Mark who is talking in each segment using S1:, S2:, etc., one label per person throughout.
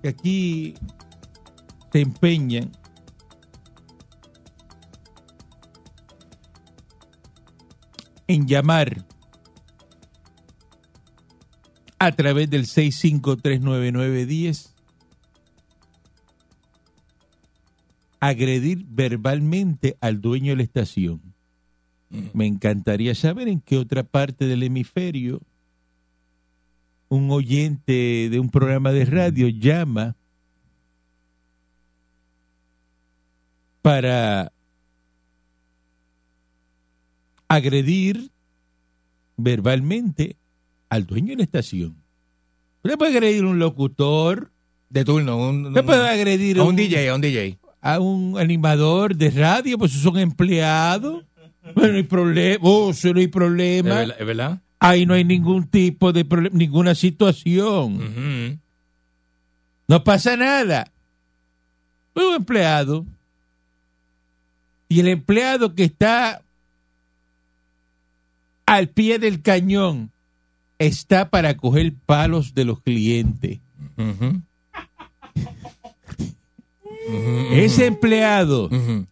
S1: que aquí se empeñan en llamar a través del 6539910 agredir verbalmente al dueño de la estación. Me encantaría saber en qué otra parte del hemisferio un oyente de un programa de radio llama para agredir verbalmente al dueño de la estación. Usted puede agredir a un locutor,
S2: De turno, un,
S1: usted puede agredir
S2: a un DJ, a un DJ.
S1: a un animador de radio, pues son empleados. Bueno, no hay problema, oh, eso no hay
S2: ¿Es
S1: problema.
S2: verdad? es verdad?
S1: Ahí no hay ningún tipo de problema, ninguna
S2: Mm.
S1: situación.
S2: Ujú.
S1: No pasa nada. Fue un empleado. Y el empleado que está al pie del cañón está para coger palos de los clientes.
S2: Ujú. Mm.
S1: Ese empleado
S2: Ujú.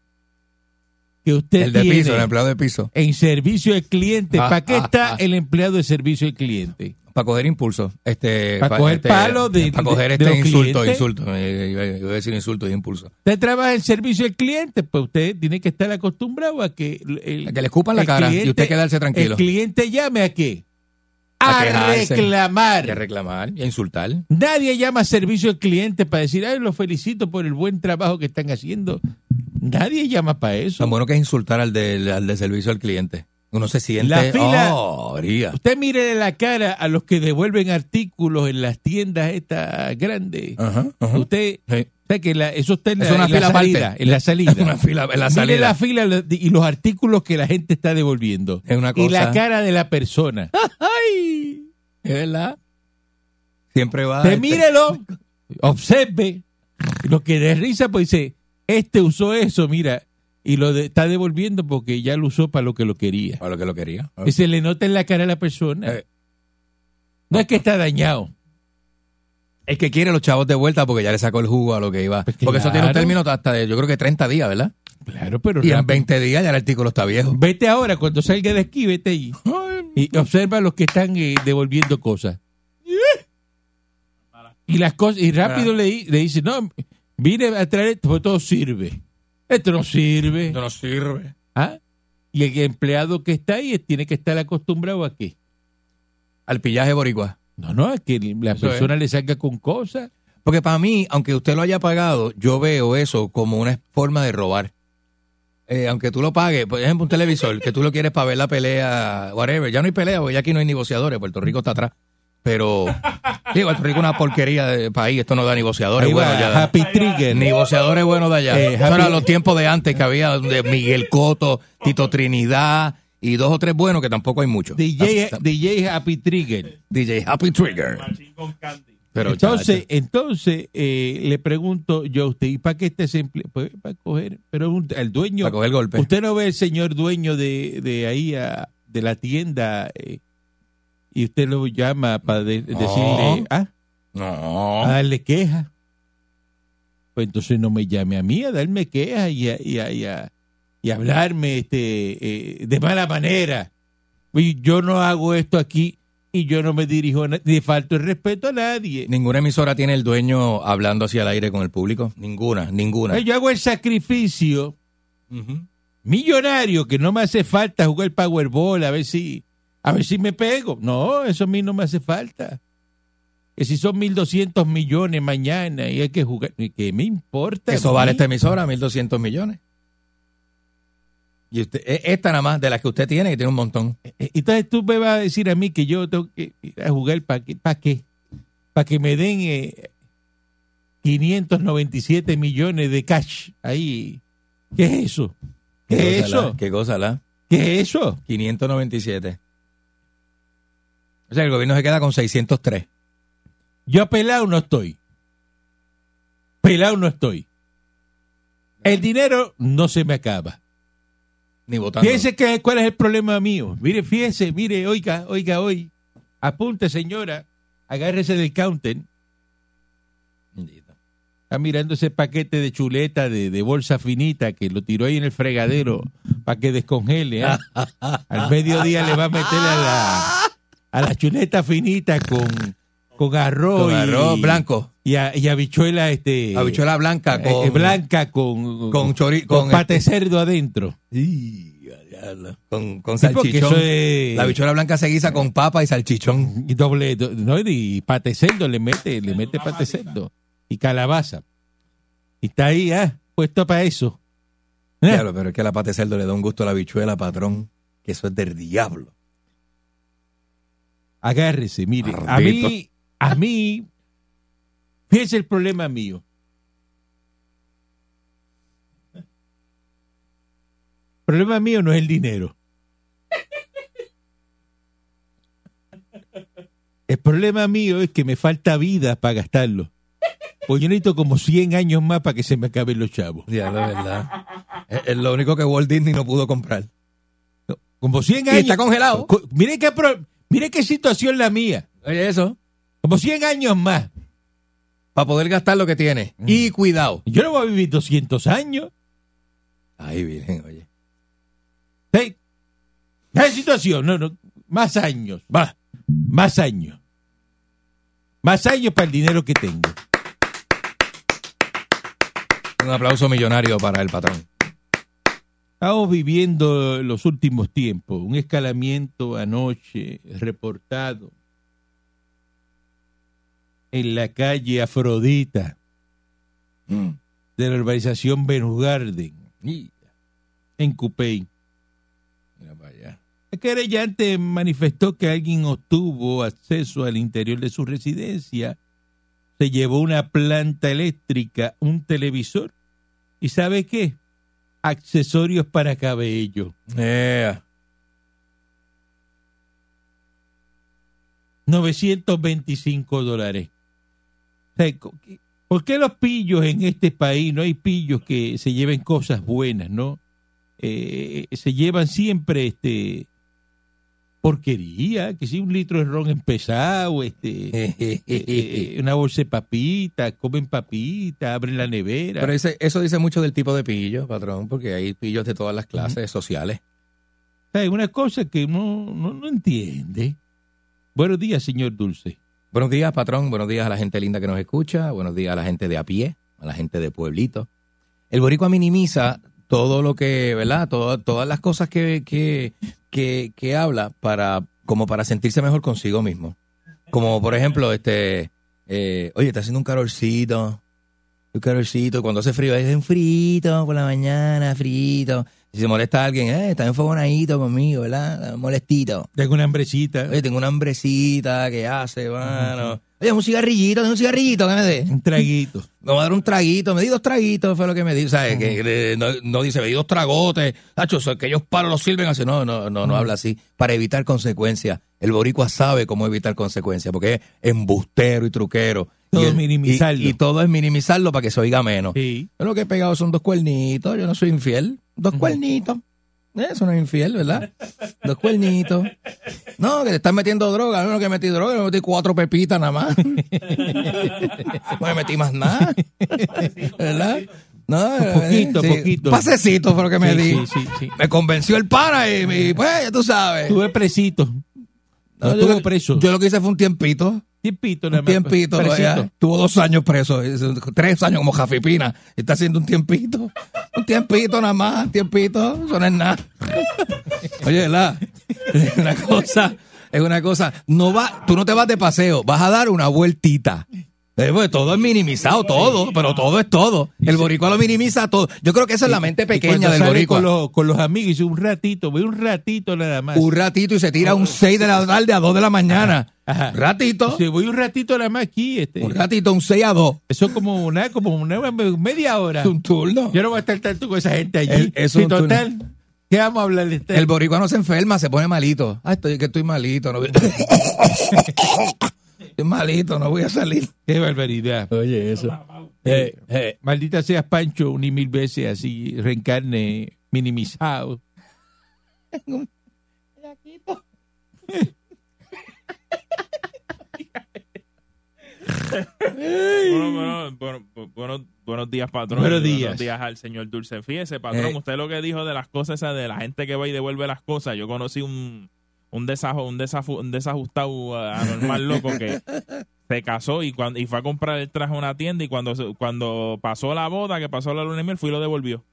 S1: que usted
S2: El de
S1: tiene
S2: piso, el empleado de piso.
S1: en servicio al cliente,
S2: Ah,
S1: ¿para qué
S2: ah,
S1: está
S2: ah.
S1: el empleado de servicio al cliente?
S2: Para coger impulso. Este,
S1: Pa' coger palo de-
S2: Para coger
S1: de-
S2: este
S1: de los
S2: insulto,
S1: clientes.
S2: insulto. Eh, Iba iba a decir insulto y impulso.
S1: Usted trabaja en servicio al cliente, pues usted tiene que estar acostumbrado a que el- el,
S2: A que le escupan la
S1: el
S2: cara y
S1: cliente-
S2: usted quedarse tranquilo.
S1: El cliente llame a qué?
S2: A
S1: A,
S2: quejarse.
S1: reclamar.
S2: Y a reclamar y a insultar.
S1: Nadie llama a servicio al cliente para decir, ay, los felicito por el buen trabajo que están haciendo. Nadie llama para eso.
S2: Tan bueno que es insultar al de, al de servicio al cliente. Uno se siente.
S1: La fila-
S2: Oh, María.
S1: Usted mire la cara a los que devuelven artículos en las tiendas estas grandes.
S2: Ajá, ajá.
S1: Usted,
S2: Sí.
S1: sabe que la- eso está en la,
S2: Es una
S1: en la
S2: fila aparte.
S1: salida. En la salida.
S2: Una fila en la
S1: Mire
S2: salida.
S1: la fila lo- y los artículos que la gente está devolviendo.
S2: Es una
S1: Y la
S2: cosa-
S1: cara de la persona.
S2: ¡Ay! Es verdad. Siempre va.
S1: Usted
S2: este-
S1: mírelo, Ah, observe. Lo que de risa, pues dice, este usó eso, mira, y lo de- está devolviendo porque ya lo usó para lo que lo quería.
S2: A lo que lo quería.
S1: Y se le nota en la cara a la persona.
S2: Eh.
S1: No es que está dañado.
S2: El que quiere los chavos de vuelta porque ya le sacó el jugo a lo que iba.
S1: Pues
S2: porque eso tiene un
S1: claro.
S2: término hasta de, yo creo que 30 días, ¿verdad?
S1: Claro, pero
S2: Y en
S1: rápido.
S2: 20 días ya el artículo está viejo.
S1: vete ahora, cuando salga de aquí, vete allí. Y observa a los que están eh, devolviendo cosas. Y las cosas, y rápido le, di- le dice, no, vine a traer esto, porque todo sirve. Esto no sirve.
S2: no sirve.
S1: ¿Ah? Y el empleado que está ahí tiene que estar acostumbrado a qué.
S2: Al pillaje boricua.
S1: No, no, a que la
S2: Eso
S1: persona le salga con cosas.
S2: Porque para mí, aunque usted lo haya pagado, yo veo eso como una forma de robar. Eh, aunque tú lo pagues, por ejemplo, un televisor, que tú lo quieres para ver la pelea, whatever. Ya no hay pelea, porque ya aquí no hay negociadores. Puerto Rico está atrás. Pero, digo, Puerto Rico es una porquería de país. Esto no da negociadores.
S1: Ahí va,
S2: buenos ya.
S1: Happy Trigger.
S2: Negociadores buenos de allá.
S1: Eh,
S2: Eso
S1: Happy-
S2: eran los tiempos de antes que había de Miguel Coto, Tito Trinidad y dos o tres buenos que tampoco hay muchos.
S1: DJ,
S2: Ah, ah,
S1: DJ Happy Trigger.
S2: DJ Happy Trigger. Pero
S1: entonces,
S2: chacho,
S1: entonces eh, le pregunto yo a usted, ¿y para qué este es emple- Pues para coger, pero un- el dueño...
S2: para coger el golpe.
S1: Usted no ve el señor dueño de, de ahí, a- de la tienda, eh, y usted lo llama para de- decirle, ah,
S2: No.
S1: a darle queja. Pues entonces no me llame a mí a darme queja y a, y a- y a- y a hablarme este, eh, de mala manera. Y yo no hago esto aquí y yo no me dirijo a nadie, ni falto el respeto a nadie.
S2: Ninguna emisora tiene el dueño hablando hacia el aire con el público. Ninguna, ninguna.
S1: Pues yo hago el sacrificio
S2: Ujú.
S1: millonario que no me hace falta jugar el Powerball a ver si a ver si me pego. No, eso a mí no me hace falta. Que si son 1.200 millones mañana y hay que jugar, que me importa.
S2: Eso
S1: a mí?
S2: vale esta emisora, 1.200 millones. Y usted, e- esta nada más, de las que usted tiene, que tiene un montón.
S1: Eh, Entonces tú me vas a decir a mí que yo tengo que ir a jugar para qué, para qué, para que me den eh, 597 millones de cash ahí. ¿Qué es eso? ¿Qué, es
S2: cosa,
S1: eso?
S2: la? ¿Qué cosa, la?
S1: ¿Qué es eso?
S2: 597. O sea, el gobierno se queda con 603.
S1: Yo pelado no estoy. Pelado no estoy. El dinero no se me acaba.
S2: Ni votando.
S1: Fíjese que, cuál es el problema mío. Mire, fíjese, mire, oiga, oiga, hoy. Apunte, señora. Agárrese del counter.
S2: Bendito.
S1: Está mirando ese paquete de chuleta de, de bolsa finita que lo tiró ahí en el fregadero para que descongele. ¿ah? Al mediodía le va a meter a la, a la chuleta finita con, con arroz,
S2: Con
S1: y-
S2: arroz blanco.
S1: y, a- y habichuela este
S2: Habichuela blanca
S1: eh,
S2: con...
S1: eh, blanca con
S2: con chori-
S1: con
S2: con este
S1: pate cerdo adentro.
S2: Y- diablo. Con, con
S1: Sí, porque
S2: salchichón.
S1: eso es-
S2: La bichuela blanca se guisa con papa y salchichón.
S1: Y doble do- no y pate cerdo le mete, le mete pate cerdo y calabaza. Y está ahí, ah, puesto para eso. Ah,
S2: Diablo, pero es que a la pata de cerdo le da un gusto a la bichuela, patrón. Que eso es del diablo.
S1: agárrese, mire, a
S2: Maldito.
S1: mí a mí fíjese el problema mío. El problema mío no es el dinero. El problema mío es que me falta vida para gastarlo. Pues yo necesito como 100 años más para que se me acaben los chavos.
S2: Diablo, ¿verdad? es, es lo único que Walt Disney no pudo comprar.
S1: Como 100
S2: Y
S1: años.
S2: está congelado.
S1: Co- Mire qué, pro- mire qué situación la mía.
S2: Oye, eso.
S1: Como 100 años más.
S2: Para poder gastar lo que tiene. Y cuidado.
S1: Yo no voy a vivir 200 años.
S2: Ay, virgen, oye.
S1: ¿sí? No hay situación, no, no. Más años, más, más años. Más años para el dinero que tengo.
S2: Un aplauso millonario para el patrón.
S1: Estamos viviendo los últimos tiempos, un escalamiento anoche reportado en la calle Afrodita
S2: Mm.
S1: de la urbanización Venus Garden
S2: Y-
S1: en Cupey.
S2: Mira para allá.
S1: El querellante manifestó que alguien obtuvo acceso al interior de su residencia, se llevó una planta eléctrica, un televisor y ¿sabe qué? Accesorios para cabello.
S2: Eh,
S1: 925 dólares. O sea, co- que- ¿Por qué los pillos en este país, no hay pillos que se lleven cosas buenas, no? Eh, se llevan siempre este porquería, que si un litro de ron empezado, este, eh, una bolsa de papitas, comen papitas, abren la nevera.
S2: Pero ese- eso dice mucho del tipo de pillo, patrón, porque hay pillos de todas las clases sociales.
S1: O sea, es una cosa que uno no, no entiende. Buenos días, señor Dulce.
S2: Buenos días, patrón. Buenos días a la gente linda que nos escucha. Buenos días a la gente de a pie, a la gente de pueblito. El boricua minimiza todo lo que, ¿verdad? Todo- todas las cosas que, que, que- que habla para, como para sentirse mejor consigo mismo. Como, por ejemplo, este, eh, oye, está haciendo un calorcito. Un calorcito. Cuando hace frío, es un frito por la mañana, frito. Si se molesta a alguien, eh, está enfogonadito conmigo, ¿verdad? Molestito.
S1: Tengo una hambrecita,
S2: Oye, tengo una hambrecita, ¿qué hace, mano? Oye, un cigarrillito, tengo un cigarrillito, ¿qué me dé?
S1: un traguito.
S2: Me va a dar un traguito, me di dos traguitos, fue lo que me dijo, ¿sabes? Que, eh, no, no dice, me di dos tragotes, tacho, eso es que ellos paros los sirven así. No, no, no, no habla así. Para evitar consecuencias. El boricua sabe cómo evitar consecuencias, porque es embustero y truquero.
S1: Todo
S2: y
S1: es
S2: el-
S1: minimizarlo.
S2: Y, y todo es minimizarlo para que se oiga menos.
S1: Sí.
S2: Yo lo que he pegado son dos cuernitos, yo no soy infiel. Dos cuernitos. Eh, Eso no es infiel, ¿verdad? Dos cuernitos. No, que le están metiendo droga. No, no, que metí droga, yo metí cuatro pepitas nada más. No me metí más nada. ¿Verdad? No, eh,
S1: Poquito, poquito.
S2: Pasecito fue lo que me
S1: Sí,
S2: di.
S1: sí, sí, sí.
S2: Me convenció el para y, y, pues, ya tú sabes.
S1: Estuve presito. No,
S2: No, yo
S1: estuve
S2: lo-
S1: preso.
S2: Yo lo que hice fue un tiempito.
S1: tiempito, nada
S2: Un
S1: más.
S2: tiempito,
S1: Presito.
S2: vaya. Tuvo dos años preso, es- tres años como Jafipina. Está haciendo un tiempito. Un tiempito nada más, un tiempito. Eso no es nada. Oye, la, es una cosa, es una cosa. No va, tú no te vas de paseo, vas a dar una vueltita. Eh, pues, todo es minimizado, todo, pero todo es todo. El boricua lo minimiza todo. Yo creo que esa es la mente
S1: Y cuando
S2: pequeña del
S1: sale
S2: boricua.
S1: Con los, con los amigos, dice un ratito, voy un ratito nada más.
S2: Un ratito y se tira a un 6 de la tarde a 2 de la mañana.
S1: Ajá, ajá.
S2: Ratito.
S1: Dice, voy un ratito nada más aquí. Este.
S2: Un ratito, un 6 a 2.
S1: Eso es como una, como una media hora.
S2: Un turno.
S1: Yo no voy a estar tanto con esa gente allí.
S2: El- eso
S1: Si
S2: es un
S1: total, ¿qué vamos a hablar de este?
S2: El boricua no se enferma, se pone malito. Ay, estoy, que estoy malito. No voy- estoy malito, no voy a salir.
S1: Qué barbaridad.
S3: Oye, eso. Eh, eh,
S1: Maldita seas Pancho, ni mil veces así, reencarne, minimizado.
S4: Bueno, bueno, bueno, bueno, bueno, buenos días, patrón.
S1: Buenos días.
S4: al señor Dulce. Fíjese, patrón,
S2: Eh.
S4: usted lo que dijo de las cosas esas, de la gente que va y devuelve las cosas. Yo conocí un, un, desajo, un, desafu- un desajustado uh, anormal loco que se casó y, cuando, y fue a comprar el traje a una tienda y cuando, se- cuando pasó la boda, que pasó la luna de miel, fue y lo devolvió.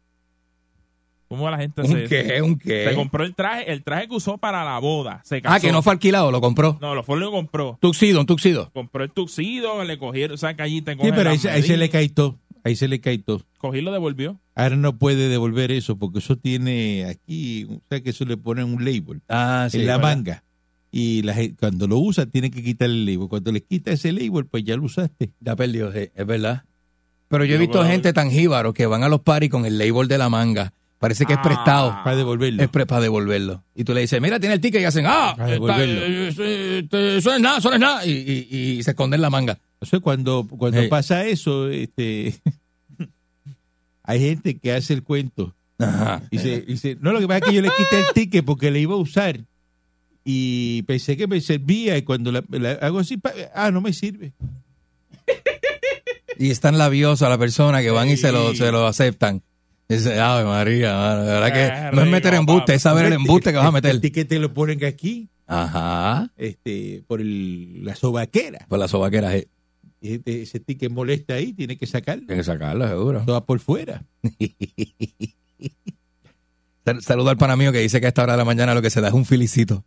S4: ¿Cómo la gente
S2: ¿Un
S4: se,
S2: qué? ¿Un
S4: se
S2: qué?
S4: compró el traje? El traje que usó para la boda. Se casó.
S2: Ah, que no fue alquilado, lo compró.
S4: No, lo fue y lo compró.
S2: Tuxido, un tuxido.
S4: Compró el tuxido, le cogieron, o sea, que allí te
S1: Sí,
S4: cogen
S1: pero ahí,
S4: las
S1: se- ahí se le
S4: medidas.
S1: cae todo. Ahí se le cae todo.
S4: Cogí y lo devolvió.
S1: Ahora no puede devolver eso porque eso tiene aquí, o sea que eso le ponen un label
S2: Ah,
S1: en la manga. Y la gen- cuando lo usa tiene que quitar el label. Cuando le quita ese label, pues ya lo usaste.
S2: Ya perdió, sí, es verdad. Pero yo he
S4: Yo
S2: visto
S4: creo-
S2: gente tan jíbaro que van a los paris con el label de la manga. Parece que es
S4: Ah.
S2: prestado.
S1: Para devolverlo.
S2: Es para devolverlo. Y tú le dices, mira, tiene el ticket y hacen, ah,
S1: Para
S2: está-
S1: devolverlo.
S2: eh, eh, este, eso no es nada, eso no es nada. Y, y- y se esconden la manga.
S1: O sea, cuando, cuando
S2: Hey.
S1: pasa eso, este, hay gente que hace el cuento.
S2: Ajá.
S1: Y dice, dice, no, lo que pasa es que yo le quité el ticket porque le iba a usar. Y pensé que me servía y cuando la, la hago así, pa- ah, no me sirve.
S2: Y es tan labiosa la persona que van y se lo,
S4: Sí.
S2: se lo aceptan. Y dice, ay, María, mano, la verdad que
S4: Eh,
S2: no es
S4: rico,
S2: meter embuste,
S4: papá.
S2: es saber el embuste que vas a
S1: El
S2: meter.
S1: ticket te lo ponen aquí,
S2: Ajá.
S1: este, por el- la sobaquera.
S2: Pues la sobaquera eh,
S1: Este- ese ticket molesta ahí, tiene que sacarlo.
S2: tiene que sacarla, seguro.
S1: Toda por fuera.
S2: Sal- Saludo al pana mío que dice que a esta hora de la mañana lo que se da es un filicito.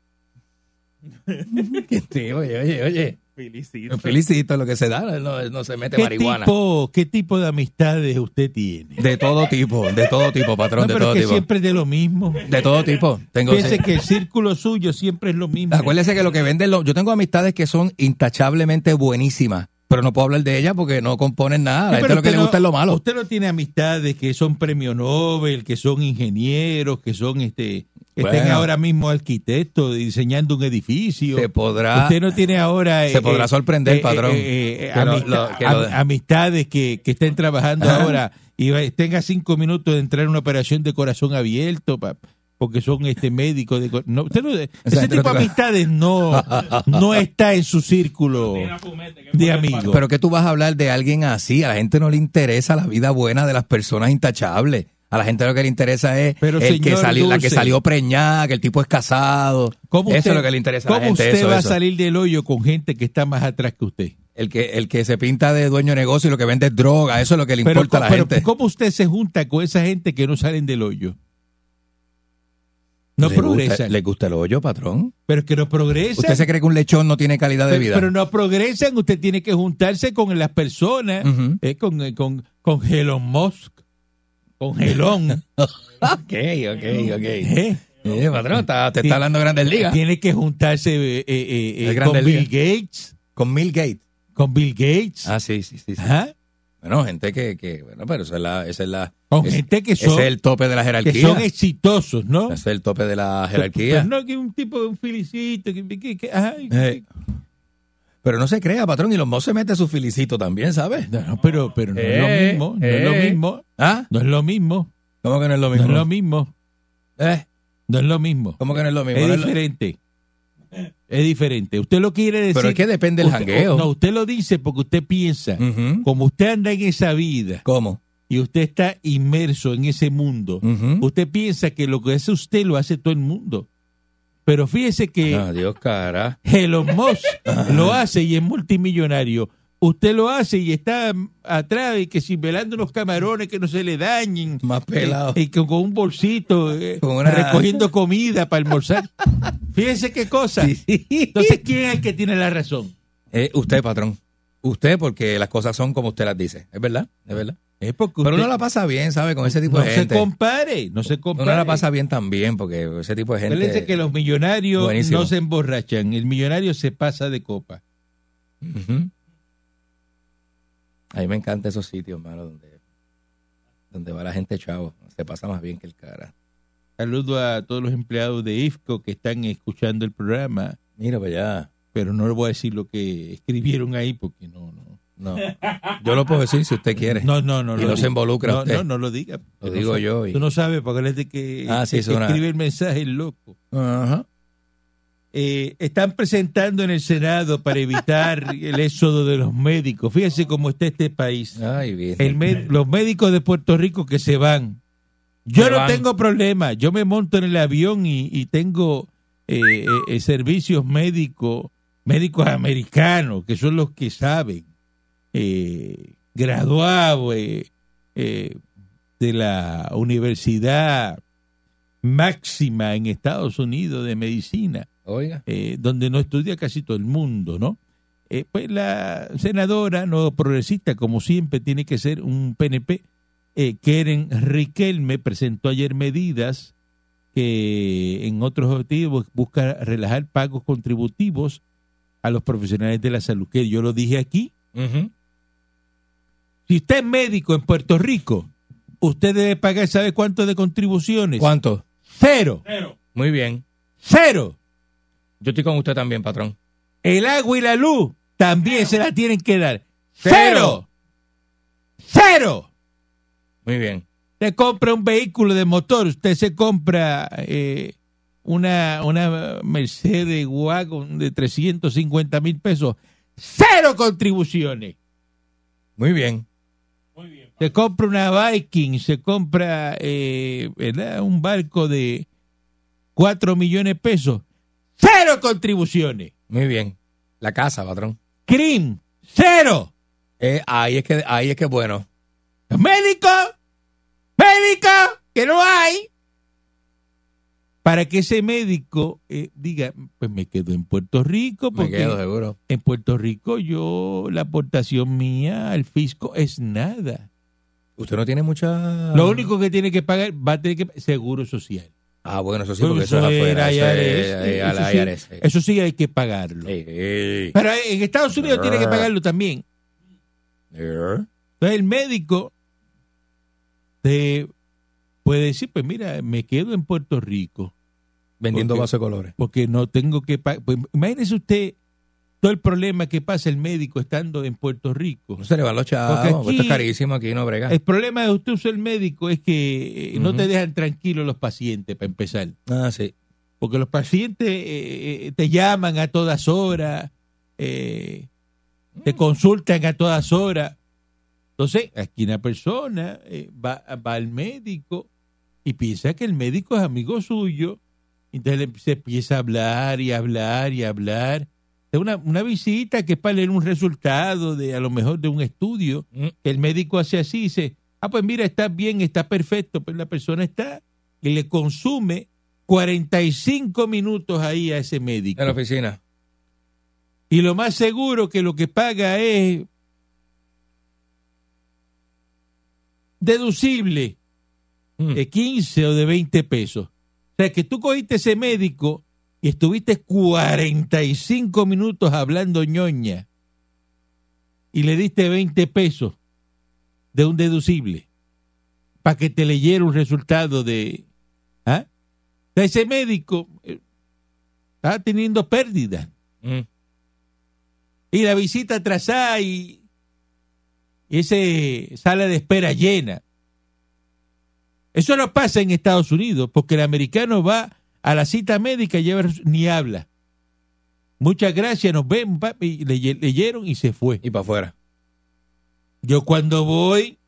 S2: Que sí, oye, oye, oye.
S4: Felicito.
S2: Un filicito es lo que se da, no, no se mete
S1: ¿Qué
S2: marihuana.
S1: tipo, ¿Qué tipo de amistades usted tiene?
S2: De todo tipo, de todo tipo, patrón,
S1: No,
S2: de
S1: pero
S2: todo
S1: es que
S2: tipo.
S1: siempre es de lo mismo.
S2: De todo tipo. Tengo Ah,
S1: Piense que el círculo suyo siempre es lo mismo.
S2: Acuérdese que lo que venden, los- yo tengo amistades que son intachablemente buenísimas, pero no puedo hablar de ellas porque no componen nada. A la
S1: Sí,
S2: gente
S1: pero
S2: lo que
S1: usted
S2: le
S1: no-
S2: gusta es lo malo.
S1: Usted no tiene amistades que son premio Nobel, que son ingenieros, que son este, que
S2: Bueno.
S1: estén ahora mismo arquitectos diseñando un edificio.
S2: Se podrá,
S1: Usted no tiene ahora. eh,
S2: se podrá sorprender, patrón, que lo-
S1: amista-
S2: lo- que lo-
S1: am- amistades que, que estén trabajando
S2: Ajá.
S1: ahora y va- tenga cinco minutos de entrar en una operación de corazón abierto, pa- porque son este médicos. De, cor- no, usted no- ese
S2: gente no
S1: tipo de
S2: trabaja.
S1: amistades no, no está en su círculo de amigos.
S2: pero que tú vas a hablar de alguien así. A la gente no le interesa la vida buena de las personas intachables. A la gente lo que le interesa es
S1: Pero,
S2: el que
S1: señor
S2: salió, la que
S1: Dulce.
S2: salió preñada, que el tipo es casado.
S1: ¿Cómo
S2: eso
S1: usted-
S2: es lo que le interesa a la
S1: ¿Cómo
S2: gente.
S1: usted
S2: eso,
S1: va
S2: eso.
S1: a salir del hoyo con gente que está más atrás que usted?
S2: El que, el que se pinta de dueño de negocio y lo que vende es droga, eso es lo que le importa a la
S1: pero,
S2: gente.
S1: ¿cómo usted se junta con esa gente que no salen del hoyo? No
S2: ¿Le gusta,
S1: progresan.
S2: ¿Le gusta el hoyo, patrón?
S1: Pero es que no progresan.
S2: ¿Usted se cree que un lechón no tiene calidad de
S1: pero,
S2: vida?
S1: pero no progresan. Usted tiene que juntarse con las personas,
S2: Ujú.
S1: eh, con, eh, con, con Elon Musk, con Elon.
S2: Ok, ok, ok.
S1: ¿eh?
S2: Eh, patrón, está- te
S1: Sí.
S2: está hablando Grandes Ligas.
S1: Tiene que juntarse eh, eh, eh,
S2: El
S1: eh,
S2: grande
S1: con Bill
S2: liga.
S1: Gates.
S2: Con Bill Gates.
S1: Con Bill Gates.
S2: Ah, sí, sí, sí. sí.
S1: Ajá.
S2: Bueno, gente que, que bueno, pero esa es la, esa es la,
S1: Con
S2: es-
S1: gente que
S2: ese
S1: son,
S2: es el tope de la
S1: que
S2: jerarquía.
S1: son exitosos, ¿no?
S2: Ese es el tope de la
S1: Pues
S2: jerarquía.
S1: no, que un tipo de un filicito, que, que- que- ay,
S2: Eh, pero no se crea, patrón, y los mos se mete su filicito también, ¿sabes?
S1: No, no, pero, pero no
S2: Eh,
S1: es lo mismo, no es lo
S2: eh.
S1: mismo,
S2: ¿Ah?
S1: no es lo mismo,
S2: ¿Cómo que no es lo
S1: no es
S2: mismo?
S1: lo mismo,
S2: ¿Eh?
S1: no es lo mismo.
S2: ¿Cómo que no es lo mismo?
S1: Es
S2: No es lo-
S1: diferente. Es diferente. Usted lo quiere decir.
S2: Pero es que depende del
S1: usted-
S2: jangueo. Mm.
S1: No, usted lo dice porque usted piensa.
S2: Ujú.
S1: Como usted anda en esa vida
S2: ¿Cómo?
S1: y usted está inmerso en ese mundo,
S2: Ujú.
S1: usted piensa que lo que hace usted lo hace todo el mundo. Pero fíjese que
S2: Ah, Dios, cara.
S1: Elon Musk lo hace y es multimillonario. Usted lo hace y está atrás y que si velando unos camarones que no se le dañen. eh,
S2: Más pelado.
S1: Y, y que con un bolsito eh,
S2: Con una-
S1: recogiendo comida para almorzar. Fíjese qué cosa. Entonces, ¿quién es el que tiene la razón?
S2: Eh, usted, patrón. usted porque las cosas son como usted las dice. Es verdad, es verdad.
S1: Es porque
S2: Pero
S1: usted
S2: uno la pasa bien, ¿sabe? Con ese tipo
S1: no
S2: de
S1: se
S2: pues, gente.
S1: compare, no se
S2: Uno
S1: compare.
S2: la pasa bien también porque ese tipo de
S1: Usted le dice
S2: gente...
S1: que los millonarios
S2: Buenísimo.
S1: no se emborrachan, el millonario se pasa de copa.
S2: Ujú. A mí me encantan esos sitios, hermano, donde, donde va la gente chavo. Se pasa más bien que el cara.
S1: Saludo a todos los empleados de IFCO que están escuchando el programa,
S2: Mira para allá.
S1: pero no le voy a decir lo que escribieron ahí porque no, no.
S2: No. Yo lo puedo decir si usted quiere.
S1: No, no, no.
S2: Y
S1: lo
S2: no se
S1: diga.
S2: involucra
S1: no,
S2: usted.
S1: No, no lo diga. Tú
S2: Lo
S1: no
S2: digo
S1: sabes-
S2: yo y-
S1: Tú no sabes porque él es de que,
S2: Ah, sí,
S1: que
S2: eso era-
S1: escribe el mensaje el loco.
S2: Ajá.
S1: Eh, están presentando en el Senado para evitar el éxodo de los médicos. Fíjense cómo está este país.
S2: Ay, bien.
S1: El mé- los médicos de Puerto Rico que se van. Yo
S2: Se
S1: no
S2: van.
S1: tengo problema. Yo me monto en el avión y, y tengo eh, eh, eh, servicios médicos, médicos americanos, que son los que saben, eh, graduados eh, eh, de la universidad máxima en Estados Unidos de medicina
S2: Oiga.
S1: eh, donde no estudia casi todo el mundo, ¿no? Eh, pues la senadora no progresista, como siempre tiene que ser un PNP, eh, Keren Riquelme presentó ayer medidas que en otros objetivos busca relajar pagos contributivos a los profesionales de la salud, que yo lo dije aquí.
S2: Ujú.
S1: Si usted es médico en Puerto Rico, usted debe pagar, ¿sabe cuánto de contribuciones?
S2: ¿Cuánto?
S1: Cero,
S2: Muy bien.
S1: cero.
S2: Yo estoy con usted también, patrón.
S1: El agua y la luz también se la tienen que dar.
S2: Cero.
S1: ¡Cero! ¡Cero!
S2: Muy bien.
S1: Usted compra un vehículo de motor, usted se compra eh, una, una Mercedes Wagon de 350 mil pesos. ¡Cero contribuciones!
S2: Muy bien.
S1: Se compra una Viking, se compra eh, ¿verdad? un barco de 4 millones de pesos. ¡Cero contribuciones!
S2: Muy bien. La casa, patrón.
S1: ¡Crim! ¡Cero!
S2: Eh, ahí es que ahí es que es bueno.
S1: médico, médico, que no hay. Para que ese médico eh, diga, pues me quedo en Puerto Rico,
S2: Me
S1: porque
S2: quedo seguro.
S1: en Puerto Rico yo, la aportación mía al fisco es nada.
S2: Usted no tiene mucha.
S1: Lo único que tiene que pagar va a tener que seguro social.
S2: Ah, bueno, eso sí,
S1: Pero
S2: porque eso es
S1: eso era
S2: afuera. Eso es-
S1: IRS,
S2: eh, a
S1: eso
S2: la
S1: sí.
S2: IRS, sí.
S1: Eso sí hay que pagarlo.
S2: Sí, sí.
S1: Pero en Estados Unidos tiene que pagarlo también.
S2: Eh,
S1: Entonces el médico te puede decir, pues mira, me quedo en Puerto Rico.
S2: Vendiendo
S1: Porque-
S2: vasos de colores.
S1: porque no tengo que pagar. imagínese usted todo el problema que pasa el médico estando en Puerto Rico.
S2: No se le van los chavos.
S1: Porque
S2: Esto es
S1: aquí-
S2: carísimo aquí, no brega.
S1: El problema de usted usar el médico es que eh, no
S2: Ujú.
S1: te dejan tranquilos los pacientes, para empezar.
S2: Ah, sí.
S1: Porque los pacientes eh, eh, te llaman a todas horas, eh, te consultan a todas horas. Entonces, aquí una persona eh, va, va al médico y piensa que el médico es amigo suyo. Entonces le- se empieza a hablar y hablar y hablar. Es una, una visita que es para leer un resultado de a lo mejor de un estudio.
S2: Mm.
S1: que El médico hace así y dice, ah, pues mira, está bien, está perfecto. Pues la persona está y le consume 45 minutos ahí a ese médico.
S2: En la oficina.
S1: Y lo más seguro que lo que paga es deducible
S2: Mm.
S1: de 15 o de 20 pesos. O sea, que tú cogiste ese médico y estuviste 45 minutos hablando ñoña y le diste 20 pesos de un deducible para que te leyera un resultado de... ¿ah? O sea, ese médico eh, estaba teniendo pérdidas
S2: Mm.
S1: y la visita atrasada y, y ese sala de espera llena. Eso no pasa en Estados Unidos, porque el americano va a la cita médica y lleva- ni habla. Muchas gracias, nos vemos, papi. Y leye- leyeron y se fue.
S2: Y para afuera.
S1: Yo cuando voy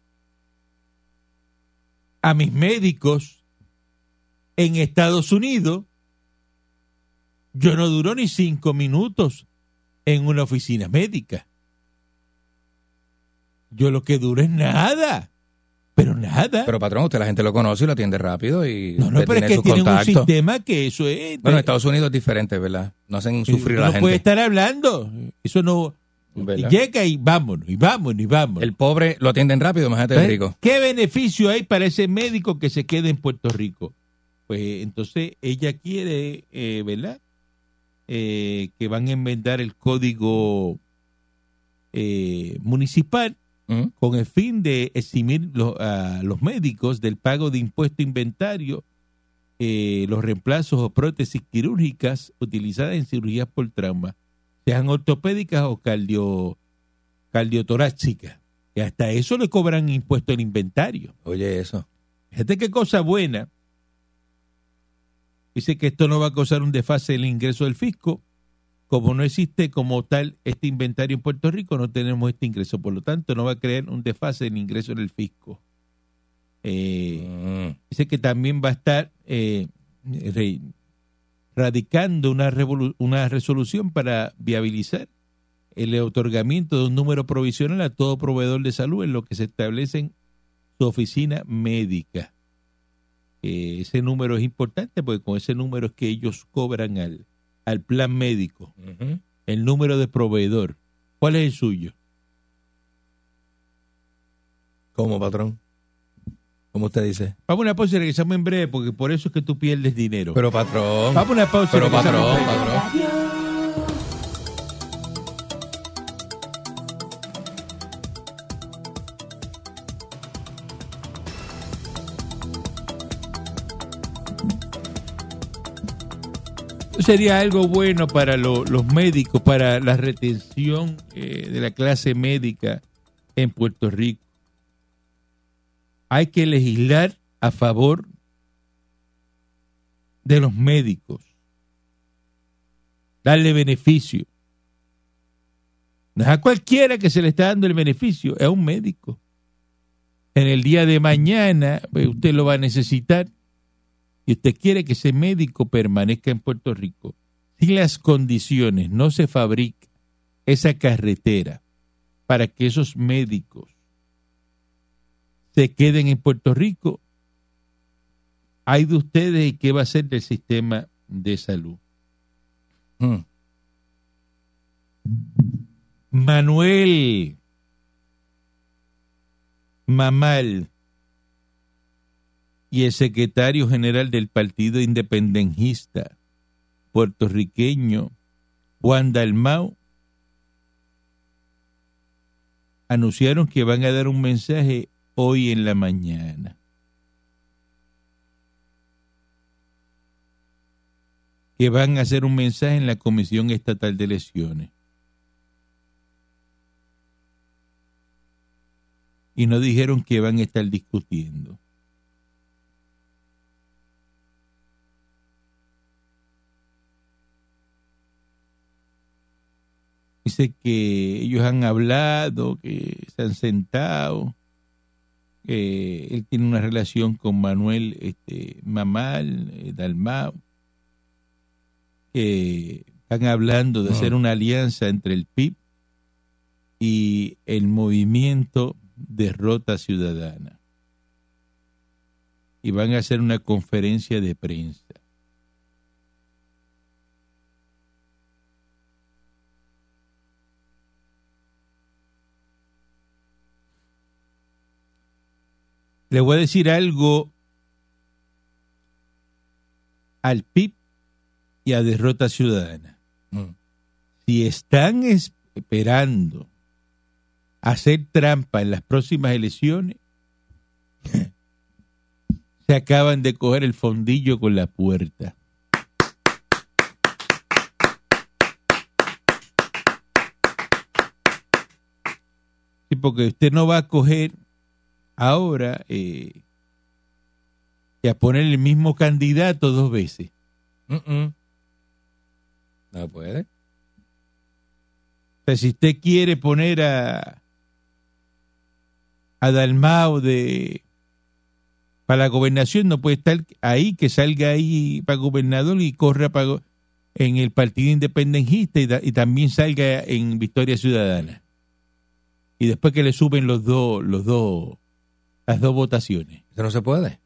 S1: a mis médicos en Estados Unidos, yo no duró ni cinco minutos en una oficina médica. Yo lo que duro es nada, pero nada.
S2: Pero patrón, usted la gente lo conoce y lo atiende rápido y
S1: no, no,
S2: usted
S1: pero es
S2: tiene
S1: que
S2: sus
S1: tienen un
S2: contactos.
S1: sistema que eso es... eh,
S2: Bueno, en Estados Unidos es diferente, ¿verdad? No hacen sufrir a
S1: no
S2: la gente.
S1: puede estar hablando. Eso no,
S2: ¿verdad?
S1: Llega y vámonos, y vámonos, y vámonos.
S2: El pobre lo atienden rápido, imagínate el
S1: ¿Ves?
S2: rico.
S1: ¿Eh? ¿Qué beneficio hay para ese médico que se quede en Puerto Rico? Pues entonces ella quiere, eh, ¿verdad? Eh, que van a enmendar el código eh, municipal
S2: Ujú.
S1: con el fin de eximir lo- a los médicos del pago de impuesto inventario, eh, los reemplazos o prótesis quirúrgicas utilizadas en cirugías por trauma, sean ortopédicas o cardio, cardiotorácicas. Y hasta eso le cobran impuesto al inventario.
S2: Oye, eso.
S1: Fíjate qué cosa buena. Dice que esto no va a causar un desfase en el ingreso del fisco. Como no existe como tal este inventario en Puerto Rico, no tenemos este ingreso. Por lo tanto, no va a crear un desfase en el ingreso del fisco. Eh,
S2: Mm.
S1: dice que también va a estar eh, re- radicando una, revolu- una resolución para viabilizar el otorgamiento de un número provisional a todo proveedor de salud en lo que se establecen su oficina médica. Eh, ese número es importante porque con ese número es que ellos cobran al, al plan médico,
S2: Ujú.
S1: el número de proveedor. ¿Cuál es el suyo?
S2: ¿Cómo, patrón? ¿Cómo usted dice?
S1: Vamos a una pausa y regresamos en breve porque por eso es que tú pierdes dinero.
S2: Pero, patrón.
S1: Vamos a una pausa y
S2: Pero,
S1: regresamos en
S2: patrón,
S1: breve.
S2: patrón.
S1: sería algo bueno para lo- los médicos, para la retención eh, de la clase médica en Puerto Rico. Hay que legislar a favor de los médicos, darle beneficio. No es a cualquiera que se le está dando el beneficio, es a un médico. En el día de mañana pues, usted lo va a necesitar y usted quiere que ese médico permanezca en Puerto Rico, si las condiciones no se fabrica esa carretera para que esos médicos se queden en Puerto Rico, hay de ustedes y qué va a ser del sistema de salud.
S2: Mm.
S1: Manuel Mamal y el secretario general del Partido Independentista puertorriqueño Juan Dalmau anunciaron que van a dar un mensaje hoy en la mañana. que van a hacer un mensaje en la Comisión Estatal de Elecciones. y no dijeron que van a estar discutiendo. Dice que ellos han hablado, que se han sentado, que él tiene una relación con Manuel este, Mamal, eh, Dalmau, que están hablando de hacer una alianza entre el PIB y el movimiento Derrota Ciudadana. Y van a hacer una conferencia de prensa. Le voy a decir algo al PIB y a Derrota Ciudadana.
S2: Mm.
S1: Si están esperando hacer trampa en las próximas elecciones, se acaban de coger el fondillo con la puerta. Sí, porque usted no va a coger ahora eh, y a poner el mismo candidato dos veces.
S2: Mm-mm. No puede.
S1: O sea, si usted quiere poner a, a Dalmao de para la gobernación, no puede estar ahí, que salga ahí para gobernador y corra para go- en el Partido Independentista y, da- y también salga en Victoria Ciudadana. Y después que le suben los dos, los dos, las dos votaciones.
S2: Eso no se puede.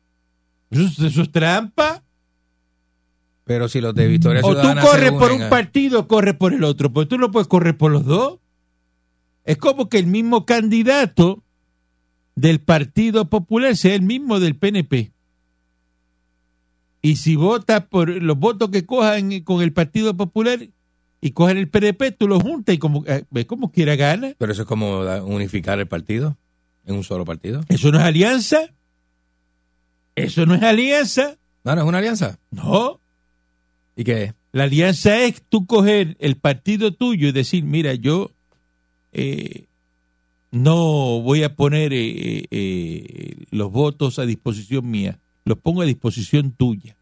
S1: ¿Eso, es- eso es trampa?
S2: Pero si los de Victoria
S1: O tú
S2: Ciudadana se ¿eh?
S1: corres por
S2: unen
S1: un
S2: a-
S1: partido o corres por el otro, pues tú no puedes correr por los dos. Es como que el mismo candidato del Partido Popular sea el mismo del PNP. Y si vota por los votos que cojan con el Partido Popular y cojan el PNP, tú los juntas y como, eh, ves como quiera gana.
S2: Pero eso es como da- unificar el partido en un solo partido.
S1: Eso no es alianza. Eso no es alianza.
S2: No, no es una alianza.
S1: No.
S2: ¿Y qué es?
S1: La alianza es tú coger el partido tuyo y decir, mira, yo eh, no voy a poner eh, eh, eh, los votos a disposición mía, los pongo a disposición tuya.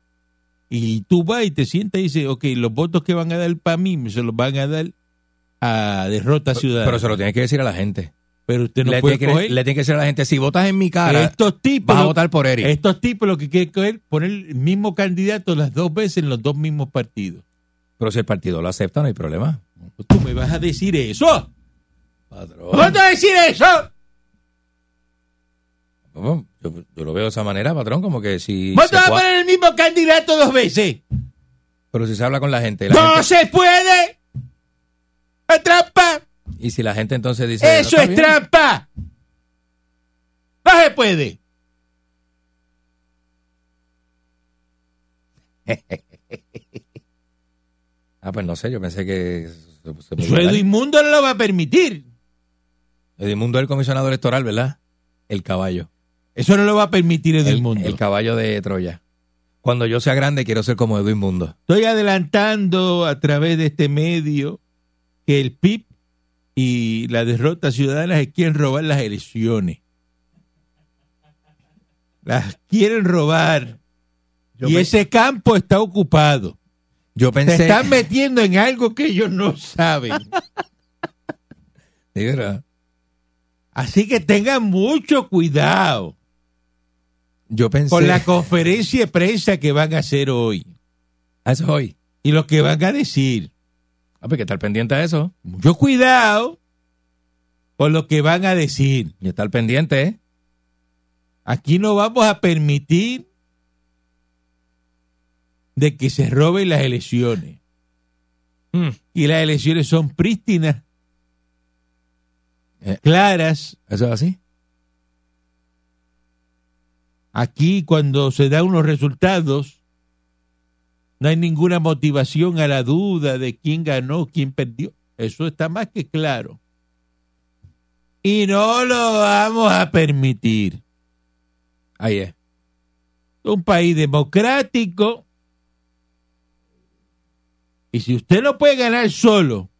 S1: Y tú vas y te sientas y dices, ok, los votos que van a dar para mí se los van a dar a Derrota Ciudadana.
S2: Pero se lo tienes que decir a la gente.
S1: Pero usted no
S2: le,
S1: puede
S2: tiene que,
S1: coger...
S2: le tiene que decir a la gente, si votas en mi cara,
S1: estos tipos...
S2: vas a votar por Eric.
S1: Estos tipos lo que quieren coger, poner el mismo candidato las dos veces en los dos mismos partidos.
S2: Pero si el partido lo acepta, no hay problema.
S1: ¿Tú me vas a decir eso? ¿Me
S2: Patrón.
S1: vas a decir eso?
S2: Yo, yo lo veo de esa manera, patrón, como que si...
S1: ¿Vos
S2: se
S1: te vas a
S2: cua-
S1: poner el mismo candidato dos veces?
S2: Pero si se habla con la gente, y la
S1: ¡No
S2: gente-
S1: se puede! ¡Es trampa!
S2: y si la gente entonces dice... "No,
S1: ¡Eso
S2: está
S1: es
S2: bien".
S1: trampa! ¡No se puede!
S2: Ah, pues no sé, yo pensé que... se- se podía
S1: Sueldo
S2: dar.
S1: inmundo no lo va a permitir.
S2: Edmundo es el comisionado electoral, ¿verdad? El caballo.
S1: Eso no lo va a permitir Edmundo.
S2: El caballo de Troya. Cuando yo sea grande quiero ser como Edmundo.
S1: Estoy adelantando a través de este medio que el PIB y la derrota ciudadana se quieren robar las elecciones. Las quieren robar.
S3: Yo
S1: y
S3: me-
S1: ese campo está ocupado.
S2: Yo
S1: Se
S2: pensé...
S1: están metiendo en algo que ellos no saben.
S2: Sí, ¿verdad?
S1: Así que tengan mucho cuidado
S2: Yo pensé...
S1: con la conferencia de prensa que van a hacer hoy
S2: Ah, eso es hoy.
S1: y lo que van a decir.
S2: Ah, pues hay que estar pendiente a eso.
S1: Mucho cuidado con lo que van a decir.
S2: Y estar pendiente, ¿eh?
S1: Aquí no vamos a permitir de que se roben las elecciones.
S2: Mm.
S1: Y las elecciones son prístinas,
S2: Eh.
S1: claras.
S2: Eso es así.
S1: Aquí cuando se dan unos resultados, no hay ninguna motivación a la duda de quién ganó, quién perdió. Eso está más que claro. Y no lo vamos a permitir.
S2: Ahí es.
S1: un país democrático. Y si usted no puede ganar solo,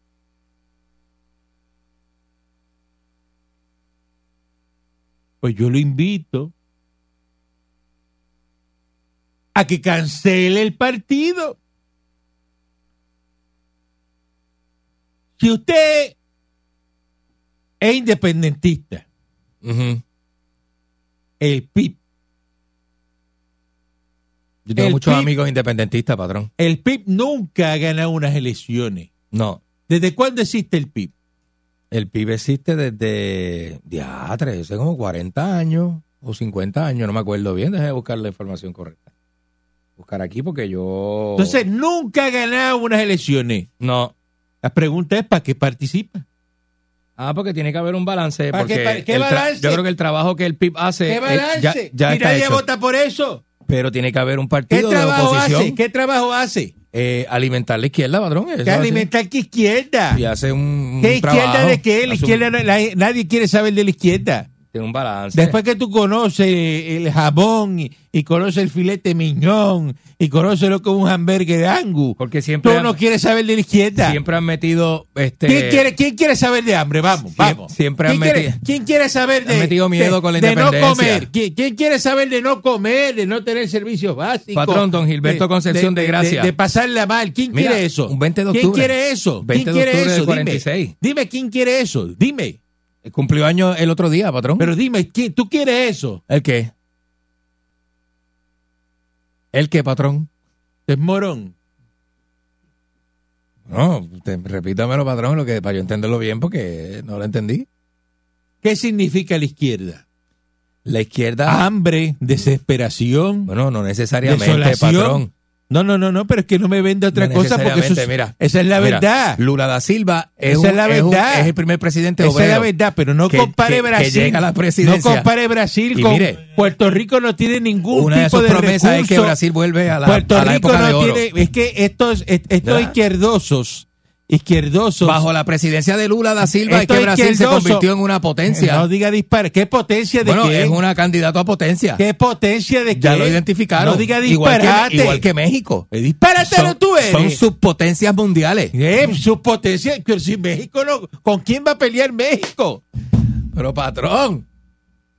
S1: pues yo lo invito a que cancele el partido. Si usted es independentista,
S2: Ujú.
S1: el PIB
S2: Yo tengo
S1: El
S2: muchos
S1: PIB.
S2: amigos independentistas, patrón.
S1: El PIB nunca ha ganado unas elecciones.
S2: No,
S1: ¿Desde cuándo existe el PIB?
S2: el PIB existe desde... Diatre, hace como 40 años o 50 años, no me acuerdo bien. Deja de buscar la información correcta. Buscar aquí porque yo...
S1: Entonces, nunca ha ganado unas elecciones.
S2: No.
S1: La pregunta es, ¿para qué
S2: Eh,
S1: participa?
S2: Ah, porque tiene que haber un balance.
S1: ¿Para
S2: porque
S1: qué- para- qué
S2: el tra-
S1: balance?
S2: Yo creo que el trabajo que el PIB hace
S1: ¿Qué
S2: eh,
S1: balance?
S2: ya, ya
S1: y
S2: está
S1: nadie
S2: hecho.
S1: vota por eso.
S2: Pero tiene que haber un
S1: ¿Qué
S2: partido de
S1: trabajo hace?
S2: oposición.
S1: ¿Qué trabajo hace?
S2: eh, alimentar la izquierda, patrón. eso
S1: ¿Qué
S2: hace.
S1: alimentar qué izquierda?
S2: Y hace un, un
S1: ¿Qué izquierda
S2: trabajo,
S1: de qué? La
S2: hace un-
S1: izquierda, no- la- nadie quiere saber de la izquierda.
S2: Tiene un balance.
S1: Después que tú conoces el jabón y, y conoces el filete miñón y conoces lo que es un hamburger de angus,
S2: porque
S1: tú
S2: siempre, han-
S1: no quieres saber de la izquierda.
S2: siempre han metido... Este,
S1: ¿Quién, quiere, ¿Quién quiere saber de hambre? Vamos,
S2: Siem-
S1: vamos.
S2: siempre
S1: ¿Quién
S2: han
S1: quiere,
S2: metido-
S1: ¿Quién quiere saber de,
S2: han metido miedo
S1: de-
S2: con la
S1: de no
S2: independencia?
S1: comer? ¿Quién, quién quiere saber de no comer, de no tener servicios básicos?
S2: Patrón, don Gilberto Concepción de Gracia.
S1: De, pasarla mal. ¿Quién
S2: Mira,
S1: quiere eso?
S2: un 20 de
S1: ¿Quién
S2: octubre.
S1: quiere eso?
S2: 20
S1: ¿Quién
S2: de
S1: quiere
S2: octubre del
S1: eso?
S2: 46.
S1: Dime, dime quién quiere eso. Dime.
S2: Cumplió año el otro día, patrón.
S1: Pero dime, ¿quién, ¿tú quieres eso?
S2: ¿El qué? ¿El qué, patrón?
S1: Es morón.
S2: No, te- repítamelo, patrón, lo que, para yo entenderlo bien, porque no lo entendí.
S1: ¿Qué significa la izquierda?
S2: La izquierda...
S1: Hambre, desesperación.
S2: Bueno, no necesariamente,
S1: Ah. Desolación.
S2: patrón.
S1: No, no, no, no, pero es que no me venda otra
S2: No
S1: cosa porque eso
S2: necesariamente,
S1: es-
S2: mira.
S1: esa es la
S2: Mira,
S1: verdad.
S2: Lula da Silva es,
S1: Esa
S2: un-
S1: es la
S2: es un-
S1: verdad.
S2: es el primer presidente
S1: Esa es la
S2: obrero.
S1: verdad, pero no
S2: que-
S1: compare
S2: que- que
S1: Brasil.
S2: llega a la presidencia.
S1: No compare Brasil
S2: Y
S1: con
S2: mire,
S1: Puerto Rico no tiene ningún
S2: Una de
S1: tipo
S2: sus
S1: de,
S2: promesas es que
S1: recurso.
S2: Brasil vuelve a la,
S1: Puerto
S2: a la
S1: Rico
S2: época de
S1: no
S2: oro.
S1: tiene, es que estos est- estos
S2: ¿Verdad?
S1: izquierdosos izquierdosos
S2: Bajo la presidencia de Lula da Silva es
S1: Esto
S2: que Brasil se
S1: izquierdoso- Eh,
S2: convirtió en una potencia.
S1: No diga dispar, qué potencia de
S2: bueno,
S1: qué?
S2: es una candidata a potencia.
S1: ¿Qué potencia de qué?
S2: Ya lo identificaron.
S1: Eh, No diga
S2: Igual que-
S1: disparate.
S2: Igual que México.
S1: Eh, disparate no
S2: Son,
S1: tú eres.
S2: son subpotencias mundiales.
S1: Eh, su potencia, pero si México no, ¿con quién va a pelear México?
S2: Pero patrón,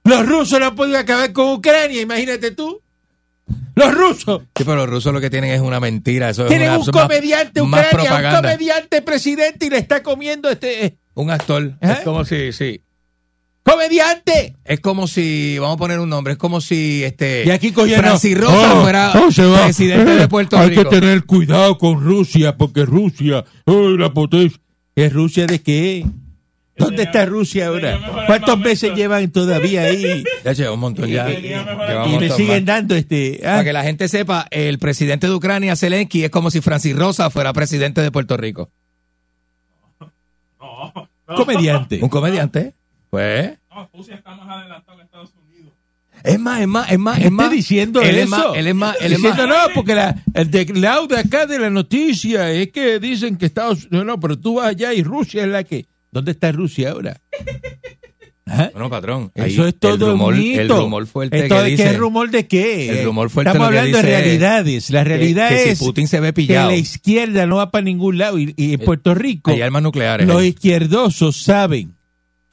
S1: Los rusos no han podido acabar con Ucrania, imagínate tú. Los rusos
S2: Sí, pero los rusos lo que tienen es una mentira. Eso
S1: tienen
S2: es
S1: un
S2: una, más-
S1: comediante
S2: más
S1: Ucrania, un
S2: propaganda.
S1: comediante presidente y le está comiendo este eh,
S2: Un actor.
S1: Ajá.
S2: Es como si, sí.
S1: comediante.
S2: Es como si, vamos a poner un nombre, es como si este
S1: Y aquí cogieron.
S2: Francis Rosa
S1: Oh,
S2: fuera
S1: oh, se va.
S2: presidente
S1: Eh,
S2: de Puerto
S1: Hay
S2: Rico.
S1: que tener cuidado con Rusia, porque Rusia, oh, la potencia. ¿Es Rusia de qué? ¿Dónde está Rusia ahora?
S4: mejores
S1: ¿Cuántos
S4: momentos.
S1: meses llevan todavía ahí?
S2: Ya lleva un montón ya.
S4: tenía
S1: Eh,
S4: mejor
S2: Lleva un
S1: Y le
S2: montón
S1: siguen
S2: más.
S1: dando este. ah,
S2: Para que la gente sepa, el presidente de Ucrania, Zelensky, es como si Francis Rosa fuera presidente de Puerto Rico.
S1: comediante.
S2: Un comediante. Pues.
S4: No, Rusia está más adelantado que Estados Unidos.
S2: Es más, es más, es más,
S1: ¿Qué
S2: es más.
S1: está diciendo
S2: él Es
S1: eso?
S2: más, él es más, él es más.
S1: Diciendo, no, porque la, el teclado de acá de la noticia es que dicen que Estados Unidos, no, pero tú vas allá y Rusia es la que... ¿Dónde está Rusia ahora? Ajá.
S2: Bueno, patrón.
S1: Eso
S2: ahí
S1: es todo
S2: el rumor,
S1: un mito.
S2: El rumor fuerte
S1: Esto
S2: que
S1: de
S2: dice
S1: ¿Qué rumor de qué?
S2: el rumor fuerte
S1: Estamos
S2: lo que
S1: hablando de
S2: dice
S1: realidades. La
S2: que-
S1: realidad
S2: que,
S1: es
S2: si Putin se ve
S1: que
S2: pillado,
S1: la izquierda no va para ningún lado y, y en
S2: Eh,
S1: Puerto Rico
S2: hay armas nucleares.
S1: los
S2: eh.
S1: izquierdosos saben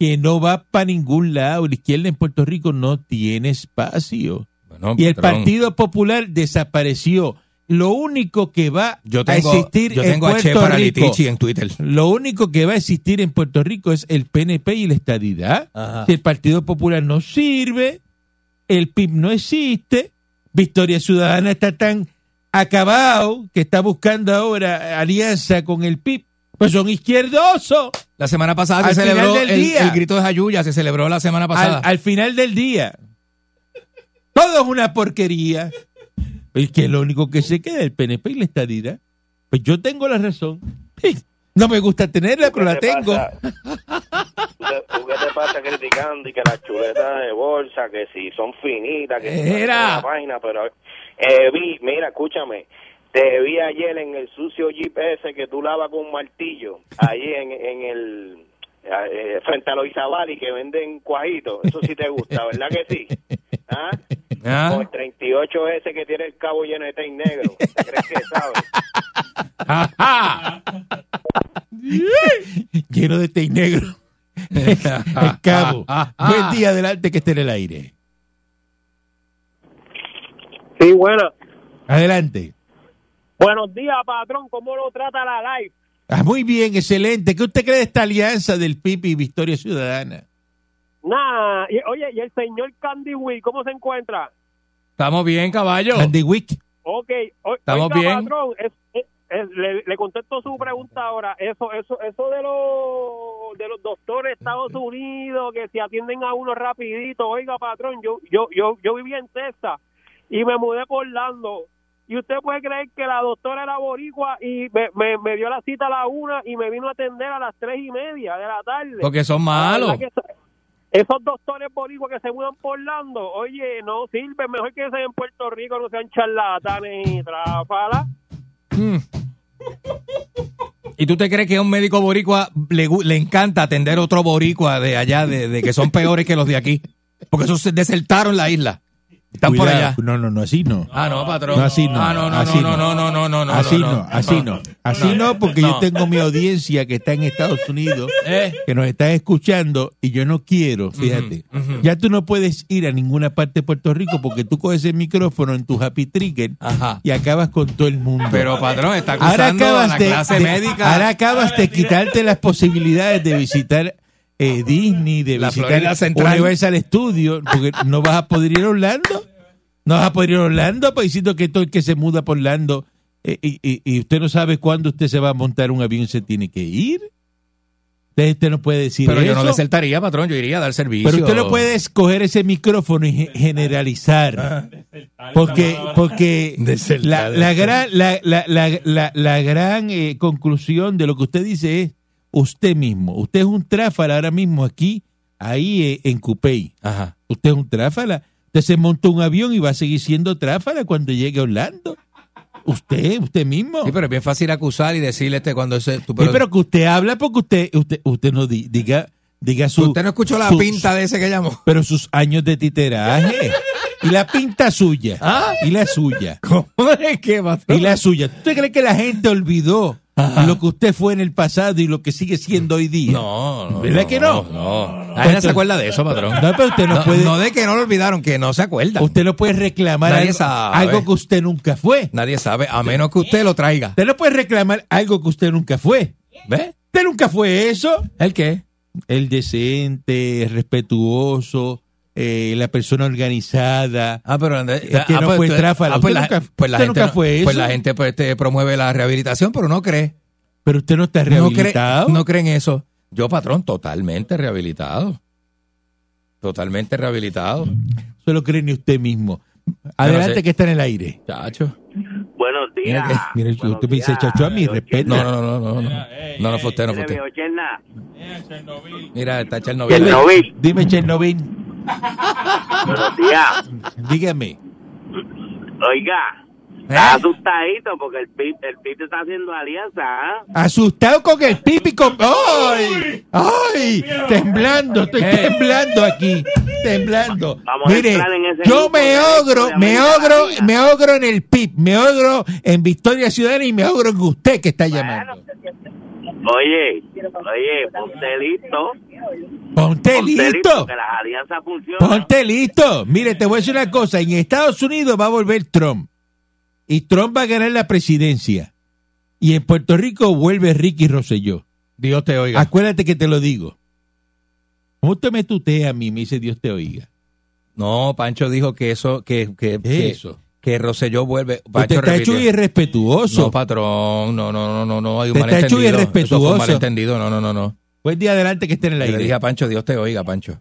S1: que no va para ningún lado. La izquierda en Puerto Rico no tiene espacio.
S2: Bueno,
S1: Y el
S2: patrón,
S1: Partido Popular desapareció. Lo único que va
S2: yo
S1: a
S2: tengo,
S1: existir
S2: yo
S1: en
S2: tengo a Che
S1: Puerto Rico,
S2: Paralitichi en Twitter.
S1: lo único que va a existir en Puerto Rico es el PNP y la estadidad.
S2: Ajá.
S1: Si el Partido Popular no sirve, el PIB no existe, Victoria Ciudadana está tan acabado que está buscando ahora alianza con el PIB. Pues son izquierdosos.
S2: La semana pasada
S1: Al
S2: se celebró
S1: final
S2: el,
S1: del día.
S2: el grito de Jayuya, se celebró la semana pasada.
S1: al, al final del día. Todo es una porquería. Es que lo único que se queda es el PNP y la estadidad. Pues yo tengo la razón. No me gusta tenerla, pero la
S5: ¿Qué te
S1: tengo.
S5: pasa? ¿Tú ¿Qué te pasa criticando y que las chuletas de bolsa, que si son finitas, que si
S2: Era.
S5: parecen una vaina, pero eh, vi, mira, escúchame, te vi ayer en el sucio jeep ese que tú lavas con un martillo, allí en, en el eh, frente a los Izabali que venden cuajitos, eso sí te gusta, ¿verdad que sí? ¿Ah?
S2: Ah,
S5: Con el 38 ese que tiene el cabo lleno de tein negro, ¿crees que sabes?
S1: Lleno de té negro. el cabo. Buen día, adelante que esté en el aire.
S6: Sí, buena.
S1: Adelante.
S6: Buenos días, patrón. ¿Cómo lo trata la live?
S1: Ah, muy bien, excelente. ¿Qué usted cree de esta alianza del PIB y Victoria Ciudadana?
S6: Nah. y- oye, ¿y el señor Candy Will cómo se encuentra?
S2: Estamos bien, caballo.
S1: Andy Wick.
S6: Ok. o-
S2: Estamos
S6: oiga,
S2: bien.
S6: patrón, es- es- es- le, le contesto su pregunta ahora. Eso eso, eso de, los, de los doctores de Estados Unidos que se atienden a uno rapidito. Oiga, patrón, yo, yo, yo, yo vivía en Texas y me mudé por Orlando. Y usted puede creer que la doctora era boricua y me, me, me dio la cita a la una y me vino a atender a las tres y media de la tarde.
S2: Porque son malos.
S6: La verdad que eso- Esos doctores boricuas que se mudan por Lando, oye, no sirven, mejor que sean en Puerto Rico, no sean charlatanes y tráfalas.
S2: Mm. ¿Y tú te crees que a un médico boricua le, gu- le encanta atender otro boricua de allá, de, de que son peores que los de aquí? Porque esos se desertaron la isla. Están por
S1: Cuidado.
S2: allá.
S1: No, no, no, así no.
S2: Ah, no, patrón.
S1: No, así no.
S2: Ah, no, no,
S1: Así
S2: no,
S1: no.
S2: no, no, no, no, no,
S1: así
S2: no,
S1: no, así no. Así no, porque yo
S2: No.
S1: tengo mi audiencia que está en Estados Unidos,
S2: Eh.
S1: que nos está escuchando y yo no quiero, fíjate. Ya tú no puedes ir a ninguna parte de Puerto Rico porque tú coges el micrófono en tu happy trigger
S2: Ajá.
S1: y acabas con todo el mundo.
S2: Pero, patrón, está
S1: ahora
S2: acusando a la
S1: acabas de,
S2: clase
S1: de-
S2: médica.
S1: ahora acabas de quitarte las posibilidades de visitar eh, Disney, de
S2: La Florida
S1: visitar
S2: Central.
S1: Universal Studios, porque no vas a poder ir a Orlando. No vas a poder ir a Orlando, pues diciendo que todo el que se muda por Orlando eh, y, y- y usted no sabe cuándo usted se va a montar un avión y se tiene que ir. Usted, usted no puede decir
S2: Pero yo
S1: eso.
S2: no desertaría, patrón, yo iría a dar servicio.
S1: Pero usted no puede escoger ese micrófono y ge- generalizar.
S2: Ah.
S1: Porque, porque
S2: Desertar,
S1: la, la
S2: desertar.
S1: gran, la, la- la- la- la gran eh, conclusión de lo que usted dice es usted mismo. Usted es un tráfala ahora mismo aquí, ahí eh, en Cupey.
S2: Ajá.
S1: Usted es un tráfala. Usted se monta un avión y va a seguir siendo tráfala cuando llegue a Orlando. Usted, usted mismo.
S2: Sí, pero es bien fácil acusar y decirle este cuando ese... Tú, pero,
S1: Sí, pero que usted habla porque usted, usted, usted no di- diga, diga su.
S2: usted no escuchó la
S1: su-
S2: pinta de ese que llamó.
S1: pero sus años de titeraje y la pinta suya
S2: ¿Ah?
S1: y la suya
S2: ¿Cómo es que, patrón?
S1: y la suya. ¿Usted cree que la gente olvidó lo que usted fue en el pasado y lo que sigue siendo hoy día?
S2: No, no.
S1: ¿Verdad que no?
S2: No.
S1: Pues
S2: Nadie se
S1: entonces-
S2: acuerda de eso, patrón.
S1: No, pero usted no puede-
S2: no de que no lo olvidaron, que no se acuerda.
S1: Usted no puede reclamar
S2: Nadie
S1: algo,
S2: sabe.
S1: algo que usted nunca fue.
S2: Nadie sabe, a menos que usted lo traiga.
S1: Usted no puede reclamar algo que usted nunca fue.
S2: ¿Ve?
S1: Usted nunca fue eso.
S2: ¿El qué?
S1: El decente, el respetuoso, eh, la persona organizada.
S2: Ah, pero Andrés,
S1: Es que no fue
S2: usted-
S1: tráfala.
S2: ah, pues,
S1: Usted
S2: la,
S1: nunca-
S2: pues la
S1: usted
S2: gente
S1: nunca
S2: no-
S1: fue eso.
S2: pues la gente pues, te promueve la rehabilitación, pero no cree.
S1: Pero usted no está
S2: No cree,
S1: rehabilitado.
S2: no cree en eso. Yo, patrón, totalmente rehabilitado. Totalmente rehabilitado.
S1: Solo cree ni usted mismo.
S2: no
S1: Adelante
S2: sé.
S1: que está en el aire.
S2: Chacho.
S5: Buenos días.
S1: Mira, que, mira,
S5: Buenos
S1: usted me dice,
S5: días.
S1: chacho, a mi respeto.
S2: No, no, no, no, no. No, no, no fue usted, no fue
S5: Mire,
S2: usted.
S5: viejo Cherna,
S2: Mira, está Chernobyl.
S5: Chernobyl,
S1: Dime, Chernobyl,
S5: buenos días.
S1: dígame.
S5: Oiga,
S1: ¿Eh?
S5: está asustadito porque el PIB, el PIB te está haciendo alianza, ¿ah?
S1: Asustado con el pipi con... ¡Ay! ¡Ay! Temblando, estoy temblando aquí. Temblando.
S5: Vamos a
S1: Mire,
S5: entrar en ese
S1: yo
S5: grupo
S1: me
S5: de-
S1: ogro,
S5: de
S1: me
S5: América
S1: ogro,
S5: Latina.
S1: me ogro en el PIB, me ogro en Victoria Ciudadana y me ogro en usted que está llamando.
S5: Oye, oye, ponte listo.
S1: Ponte listo.
S5: Que las alianzas funcionan.
S1: Ponte listo. Mire, te voy a decir una cosa. En Estados Unidos va a volver Trump. Y Trump va a ganar la presidencia. Y en Puerto Rico vuelve Ricky Rosselló.
S2: Dios te oiga.
S1: Acuérdate que te lo digo. ¿Cómo usted me tutea a mí? Me dice Dios te oiga.
S2: No, Pancho dijo que eso, que, que, que,
S1: Eso.
S2: que Rosselló vuelve.
S1: Usted
S2: Pancho
S1: está hecho
S2: repitió.
S1: irrespetuoso.
S2: No, patrón, no, no, no, no, no, hay un
S1: Te está hecho
S2: malentendido. Eso fue
S1: irrespetuoso.
S2: un malentendido, no, no, no, no.
S1: Buen día adelante que esté en el
S2: Yo Le
S1: aire.
S2: dije a Pancho, Dios te oiga, Pancho.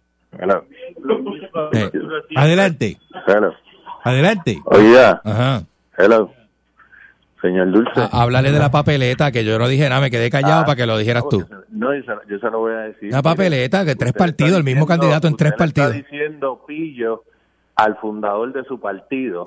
S2: Eh,
S1: Adelante,
S7: Hello.
S1: adelante.
S7: Oiga,
S2: ajá.
S7: hello. Señor Dulce.
S2: A- háblale de la papeleta, que yo no dije nada, me quedé
S1: Ah.
S2: callado para que lo dijeras tú.
S7: No, yo se, lo- yo se lo voy a decir.
S2: Una
S7: Mire,
S2: papeleta, que tres
S7: usted le
S2: partidos,
S7: está
S2: el mismo candidato en
S7: usted
S2: tres
S7: le está
S2: partidos.
S7: diciendo pillo al fundador de su partido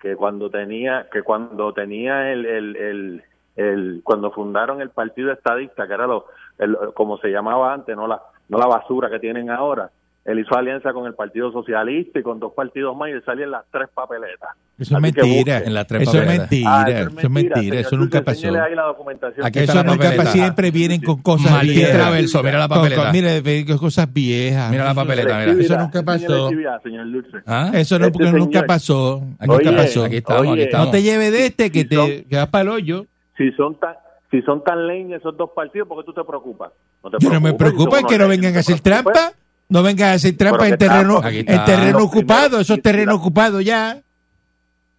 S7: que cuando tenía que cuando tenía el, el, el, el- cuando fundaron el partido estadista que era lo el- como se llamaba antes no la no la basura que tienen ahora él hizo alianza con el Partido Socialista y con dos partidos más y le salían las tres papeletas
S1: Eso es
S7: Así que
S1: mentira.
S7: busque.
S2: en las tres
S1: Eso es
S2: papeletas.
S1: mentira.
S7: Ah,
S1: Eso es mentira.
S7: señor
S1: Eso nunca
S7: Dulce,
S1: pasó.
S7: enséñele ahí la documentación.
S2: Aquí está
S1: Eso
S2: la
S1: nunca
S2: papeleta.
S1: pasa. Siempre vienen con cosas
S2: Martín
S1: viejas.
S2: Traverso, mira la
S1: Con-
S2: papeleta.
S1: con- mire, ve- con cosas viejas.
S2: Mira la
S1: Eso-
S2: papeleta, mira.
S7: Actividad,
S1: Eso nunca
S7: enséñele
S1: pasó.
S7: actividad, señor Dulce.
S2: ¿Ah?
S1: Eso no,
S7: Este
S1: porque nunca
S7: señor.
S1: pasó.
S2: Aquí
S7: Oye,
S2: está pasó, aquí estamos, aquí
S7: oye.
S2: estamos.
S1: No te lleve de este que
S7: Si
S1: te
S7: son-
S1: que vas para el hoyo.
S7: Si son tan si son tan leñas esos dos partidos, ¿por qué tú te preocupas? No te
S1: Yo no me preocupa
S7: si son
S1: que no
S7: unos
S1: vengan a
S7: leños,
S1: hacer
S7: no te preocupes.
S1: trampa. No vengan a hacer trampa
S7: Pero
S1: en
S7: que
S1: terreno,
S7: trampa,
S2: aquí está.
S1: en terreno
S7: Los
S1: ocupado.
S7: primeros-
S1: Eso es terreno ocupado ya.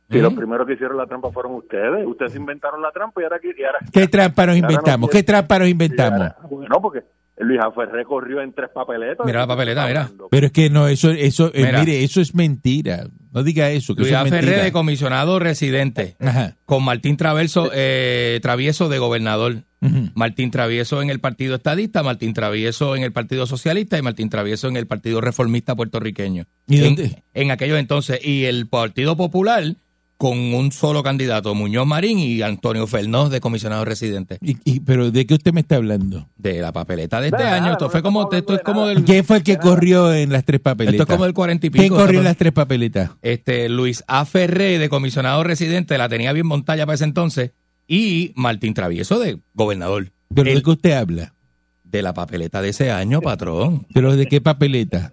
S7: Si
S1: ¿Eh?
S7: los primeros que hicieron la trampa fueron ustedes, ustedes inventaron la trampa y ahora que y ahora,
S1: ¿Qué trampa nos
S7: Ahora no
S1: inventamos?
S7: quiero.
S1: ¿Qué trampa nos
S7: y ahora-
S1: inventamos?
S7: bueno, porque Luis Aferré corrió en tres papeletas.
S2: Mira la papeleta, mira.
S1: Pero es que no, eso, eso, eh,
S2: Mira.
S1: mire, eso es mentira. No diga eso, que
S2: Luis
S1: eso es
S2: Ferré
S1: mentira.
S2: de comisionado residente,
S1: Ajá.
S2: con Martín Traverso, eh, Travieso de gobernador.
S1: Ujú.
S2: Martín Travieso en el Partido Estadista, Martín Travieso en el Partido Socialista y Martín Travieso en el Partido Reformista Puertorriqueño.
S1: ¿Y
S2: en,
S1: dónde?
S2: en aquellos entonces. Y el Partido Popular con un solo candidato, Muñoz Marín y Antonio Fernós de comisionado residente.
S1: Y- y- pero ¿de qué usted me está hablando?
S2: De la papeleta de este
S7: Nada,
S2: año,
S7: nada,
S2: esto
S7: no
S2: fue
S7: estamos
S2: como, esto es
S7: hablando de
S2: como
S7: nada.
S2: del,
S1: ¿Quién fue el que corrió en las tres papeletas?
S2: esto es como del cuarenta y pico.
S1: ¿Quién corrió en
S2: Esta-
S1: las tres papeletas?
S2: este Luis A. Ferré de comisionado residente, la tenía bien montaña para ese entonces, y Martín Travieso de gobernador.
S1: ¿De lo
S2: El-
S1: que usted habla?
S2: de la papeleta de ese año, patrón.
S1: ¿Pero de qué papeleta?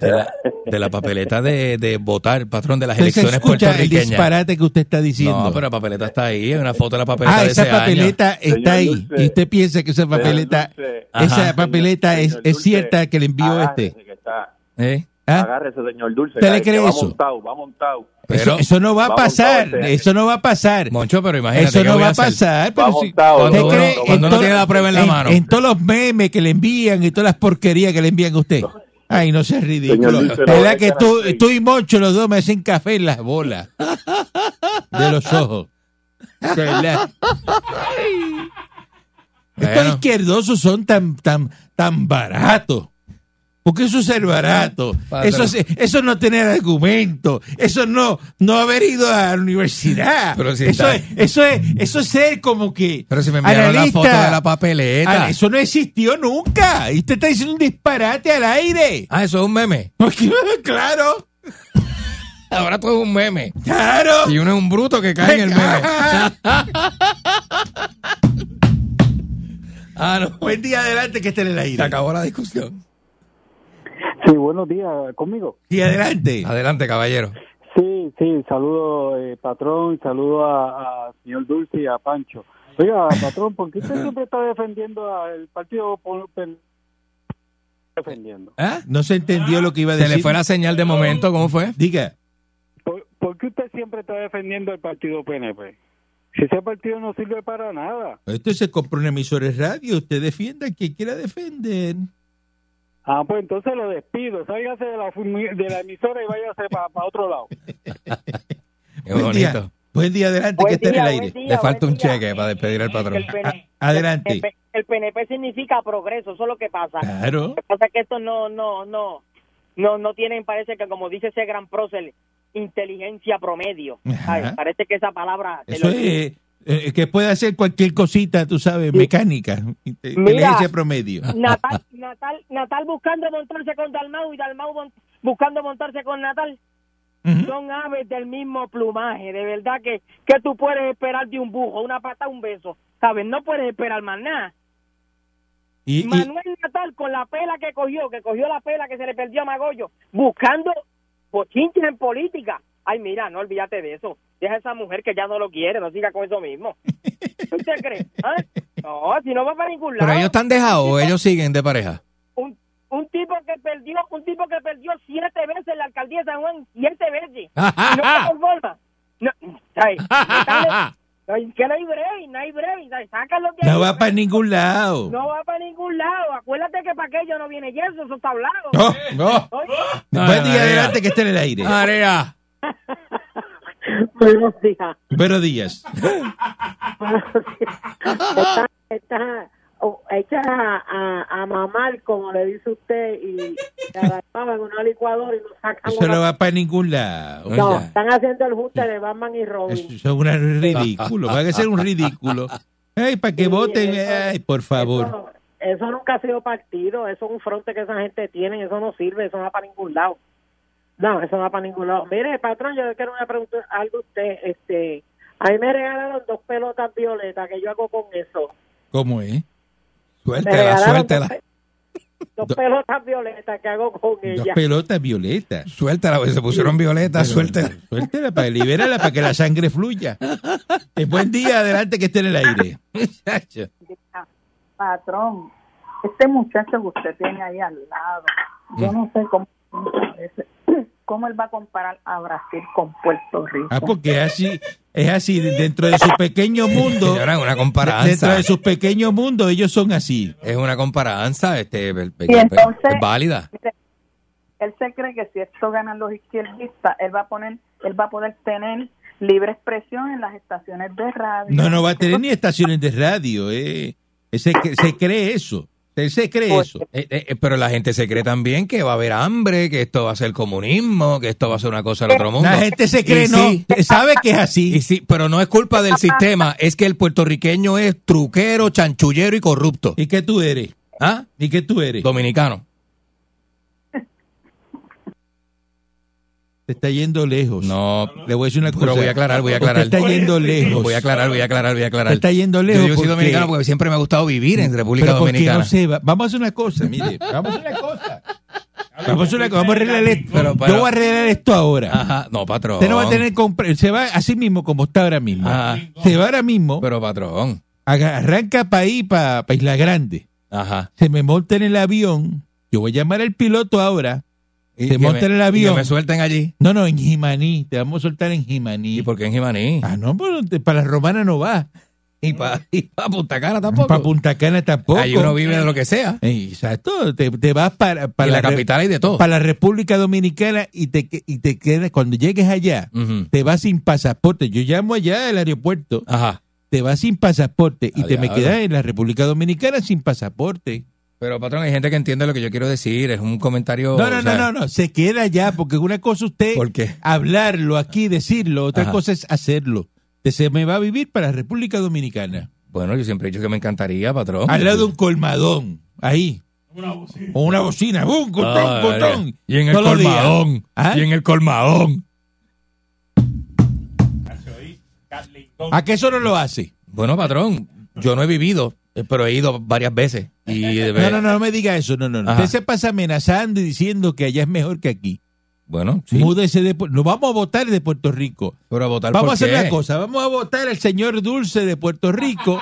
S2: De la, de la papeleta de, de votar, patrón, de las
S1: Entonces
S2: elecciones
S1: escucha el
S2: puertorriqueñas.
S1: disparate que usted está diciendo.
S2: No, pero la papeleta está ahí, hay una foto de la papeleta
S1: Ah,
S2: de
S1: esa
S2: ese año.
S1: papeleta
S7: Señor
S1: está ahí.
S7: Dulce.
S1: y usted piensa que esa papeleta,
S7: Dulce. Ah,
S1: esa
S2: Ajá.
S1: papeleta es, es cierta que le envió
S7: Agárrese
S1: este.
S7: que está-
S2: ¿Eh?
S1: ¿Ah?
S7: Agárrese, señor Dulce.
S1: ¿Usted le
S7: ahí, que
S1: cree
S7: va
S1: eso?
S7: montado, va montado.
S1: Eso,
S2: Pero- este
S1: eso no va a
S7: Va
S1: pasar,
S7: montado,
S1: eso no va a pasar.
S2: Moncho, pero imagínate.
S1: Eso
S2: ¿qué
S1: no
S2: voy
S1: va a
S2: hacer?
S1: pasar.
S7: Va
S1: pero si-
S7: montado,
S1: ¿usted
S7: no,
S1: cree
S7: no,
S1: en
S2: cuando no
S1: todo-
S2: tiene la prueba en la
S1: en-
S2: mano?
S1: En todos los memes que le envían y todas las porquerías que le envían a usted. Ay, no seas ridículo.
S7: Señor Luis,
S1: La
S7: pero
S1: verdad
S7: de
S1: que tú,
S7: carácter.
S1: tú y Moncho los dos me hacen café en las bolas. De los ojos. De verdad. Estos
S2: Bueno.
S1: izquierdosos son tan, tan, tan baratos. Porque eso es ser barato.
S2: Patrón.
S1: Eso, es- eso es no tener argumento. Eso es no, no haber ido a la universidad.
S2: Pero si
S1: eso,
S2: está-
S1: es, eso, es, eso es ser como que.
S2: Pero si me enviaron la
S1: analista.
S2: foto de la papeleta.
S1: Ah, eso no existió nunca. Y usted está diciendo un disparate al aire.
S2: Ah, eso es un meme.
S1: Porque, claro,
S2: Ahora todo es un meme.
S1: claro.
S2: Y uno es un bruto que cae en el meme. Ah, no.
S1: Buen día adelante que esté en el
S2: Se
S1: aire.
S2: acabó la discusión.
S8: Sí, buenos días, conmigo.
S1: Y adelante.
S2: Adelante, caballero.
S8: Sí, sí, saludo eh, patrón, saludo a, a señor Dulce y a Pancho. Oiga, patrón, ¿por qué usted siempre está defendiendo al partido por- pen- defendiendo?
S2: ¿Ah?
S1: No se entendió lo que iba a
S2: Se
S1: decir.
S2: le fue la señal de momento, ¿cómo fue?
S1: Diga.
S8: ¿Por, por qué usted siempre está defendiendo al partido PNP? Si ese partido no sirve para nada.
S1: Esto se compró un emisor de radio. Usted defienda a quien quiera defender.
S8: Ah, pues entonces lo despido, sálgase de la, fumi- de la emisora y váyase para otro lado.
S2: Qué
S1: Buen día.
S2: bonito.
S1: Buen día adelante que
S9: Buen
S1: esté en el
S9: día,
S1: aire.
S9: buen día,
S2: Le falta
S9: buen
S2: un
S9: día.
S2: cheque para despedir al patrón.
S9: El PNP,
S1: A- adelante.
S9: el P- E. el PNP significa progreso, eso es lo que pasa. Lo
S1: Claro.
S9: que pasa es que estos no, no, no, no, no tienen, parece que como dice ese gran prócer, inteligencia promedio.
S1: Ajá.
S9: ¿sabes? Parece que esa palabra... te
S1: Eso
S9: lo-
S1: es eh, que puede hacer cualquier cosita, tú sabes, mecánica. Inteligencia promedio.
S2: Ah.
S9: Natal, Natal, Natal buscando montarse con Dalmau y Dalmau mon- buscando montarse con Natal.
S1: Ujú.
S9: Son aves del mismo plumaje, de verdad que, que tú puedes esperar de un bujo, una pata, un beso, ¿sabes? No puedes esperar más nada.
S1: Y- y-
S9: Manuel Natal con la pela que cogió, que cogió la pela que se le perdió a Magollo, buscando bochinches en política. Ay, mira, no olvídate de eso. Deja a esa mujer que ya no lo quiere, no siga con eso mismo. ¿Qué ¿Usted cree? ¿Ah? No, si no va para ningún lado.
S2: Pero ellos están dejados o ellos siguen de pareja.
S9: Un, un tipo que perdió, un tipo que perdió siete veces la alcaldía de San Juan, siete veces. Y no se conforma. No, ay, ay, que no hay break, no hay break. ay, sácalo de
S1: No
S9: ahí.
S1: va para ningún lado.
S9: No va para ningún lado. Acuérdate que para aquello no viene yeso, eso está hablado.
S1: No, no.
S2: No,
S1: Buen
S2: no,
S1: día
S2: no,
S1: adelante
S2: no.
S1: que esté en el aire.
S2: Marea.
S9: Buenos días.
S1: Buenos días.
S9: Está, está oh, hecha a, a, a mamar, como le dice usted, y la agarraban en una licuadora y nos sacan
S1: Eso
S9: una-
S1: no va para ningún lado.
S9: No,
S1: Ya.
S9: están haciendo el junte de Batman y
S1: Eso
S9: Robin.
S1: es un ridículo. Va a ser un ridículo. Ay, para que
S9: Sí,
S1: voten.
S9: eso-
S1: Ay, por favor.
S9: Eso, eso nunca ha sido partido, eso es un fronte que esa gente tiene, eso no sirve, eso no va para ningún lado. No, eso no va para ningún lado. Mire, patrón, yo le quiero una pregunta algo a usted. Este, a mí me regalaron dos pelotas violetas, que yo hago con eso?
S1: ¿Cómo es?
S9: Me
S2: Suéltela,
S9: regalaron
S2: suéltela.
S9: Dos, pe- dos
S1: Do-
S9: pelotas violetas que hago con
S1: Dos
S9: ella.
S1: pelotas violetas.
S2: Suéltela, porque se pusieron violetas,
S1: Pero,
S2: suéltela.
S1: Suéltela para liberarla, para que la sangre fluya. Eh, buen día adelante que esté en el aire.
S10: Patrón, este muchacho que usted tiene ahí al lado,
S1: Mm.
S10: yo no sé cómo, cómo él va a comparar a Brasil con Puerto Rico.
S1: Ah, porque es así. Es así. Dentro de su pequeño mundo.
S2: Señora, es una
S1: Dentro
S2: comparanza.
S1: de su pequeño mundo, ellos son así.
S2: Es una comparanza, este, el- el-
S10: Y entonces-
S2: es válida.
S10: Él se cree que si esto ganan los izquierdistas, él va a poner, él va a poder tener libre expresión en las estaciones de radio.
S1: No, no va a tener ni estaciones de radio. Eh. Se, cre- se cree eso. Se, se cree
S9: Pues,
S1: eso.
S2: Eh, eh, eh, pero la gente se cree también que va a haber hambre, que esto va a ser comunismo, que esto va a ser una cosa del otro mundo.
S1: La gente se cree,
S2: Y
S1: no.
S2: sí,
S1: Sabe que es así.
S2: y sí, pero no es culpa del sistema, es que el puertorriqueño es truquero, chanchullero y corrupto.
S1: ¿Y qué tú eres?
S2: ¿Ah?
S1: ¿Y qué tú eres?
S2: Dominicano.
S1: Te está yendo lejos.
S2: No,
S1: Le voy a decir una cosa.
S2: pero voy a aclarar, voy a
S1: Te
S2: aclarar.
S1: está yendo lejos.
S2: Voy a aclarar, voy a aclarar, voy a
S1: Te
S2: aclarar.
S1: está yendo
S2: Yo-
S1: lejos.
S2: yo soy
S1: porque-
S2: dominicano porque siempre me ha gustado vivir en República
S1: Pero porque
S2: Dominicana.
S1: no se va. Vamos a hacer una cosa, mire. Vamos a hacer una cosa. Vamos a, hacer una cosa, vamos a arreglar esto.
S2: pues, Pero, pero-
S1: Yo voy a arreglar esto ahora.
S2: Ajá, no, patrón.
S1: Usted no va a tener compra- Se va así mismo como está ahora mismo.
S2: Ajá.
S1: Se va ahora mismo.
S2: Pero patrón.
S1: aga- arranca para ahí, para Isla Grande.
S2: Ajá.
S1: se me monta en el avión, yo voy a llamar al piloto ahora
S2: Y
S1: te
S2: que
S1: montan
S2: me-
S1: en el
S2: y
S1: avión.
S2: que me suelten allí.
S1: No, no, en Jimaní. Te vamos a soltar en Jimaní.
S2: ¿Y por qué en Jimaní?
S1: Ah, no, pero te- para la romana no va.
S2: Y para Punta Cana tampoco.
S1: Para Punta Cana tampoco.
S2: Ahí uno vive de lo que sea.
S1: Eh, Exacto, te, te vas para, para
S2: Y en la
S1: re-
S2: capital hay de todo.
S1: Para la República Dominicana y te, que- y te quedas, cuando llegues allá,
S2: Ujú.
S1: te vas sin pasaporte. Yo llamo allá al aeropuerto,
S2: Ajá.
S1: te vas sin pasaporte y
S2: Ah,
S1: te me
S2: diablo.
S1: quedas en la República Dominicana sin pasaporte.
S2: Pero, patrón, hay gente que entiende lo que yo quiero decir. Es un comentario.
S1: No, no,
S2: Oh, o sea,
S1: no, no, no, se queda allá porque una cosa es usted
S2: ¿Por qué?
S1: hablarlo aquí, decirlo, otra
S2: Ajá.
S1: cosa es hacerlo. Te se me va a vivir para la República Dominicana.
S2: Bueno, yo siempre he dicho que me encantaría, patrón.
S1: Al lado de un colmadón, ahí. O una bocina. ¡Bum! ¡Cotón!
S2: Ah,
S1: ¡Cotón!
S2: Y en el
S1: Todos los días.
S2: colmadón.
S1: ¿Ah?
S2: Y en el colmadón.
S1: ¿A qué eso no lo hace?
S2: Bueno, patrón, yo no he vivido, eh, pero he ido varias veces. Y de
S1: No,
S2: ver-
S1: no, no, no me diga eso. No, no, no.
S2: Ajá.
S1: Usted se pasa amenazando y diciendo que allá es mejor que aquí.
S2: Bueno, sí.
S1: Múdese de. Pu- Nos vamos a votar de Puerto Rico.
S2: Pero a votar
S1: Vamos
S2: por
S1: a hacer
S2: qué.
S1: una cosa. Vamos a votar al señor Dulce de Puerto Rico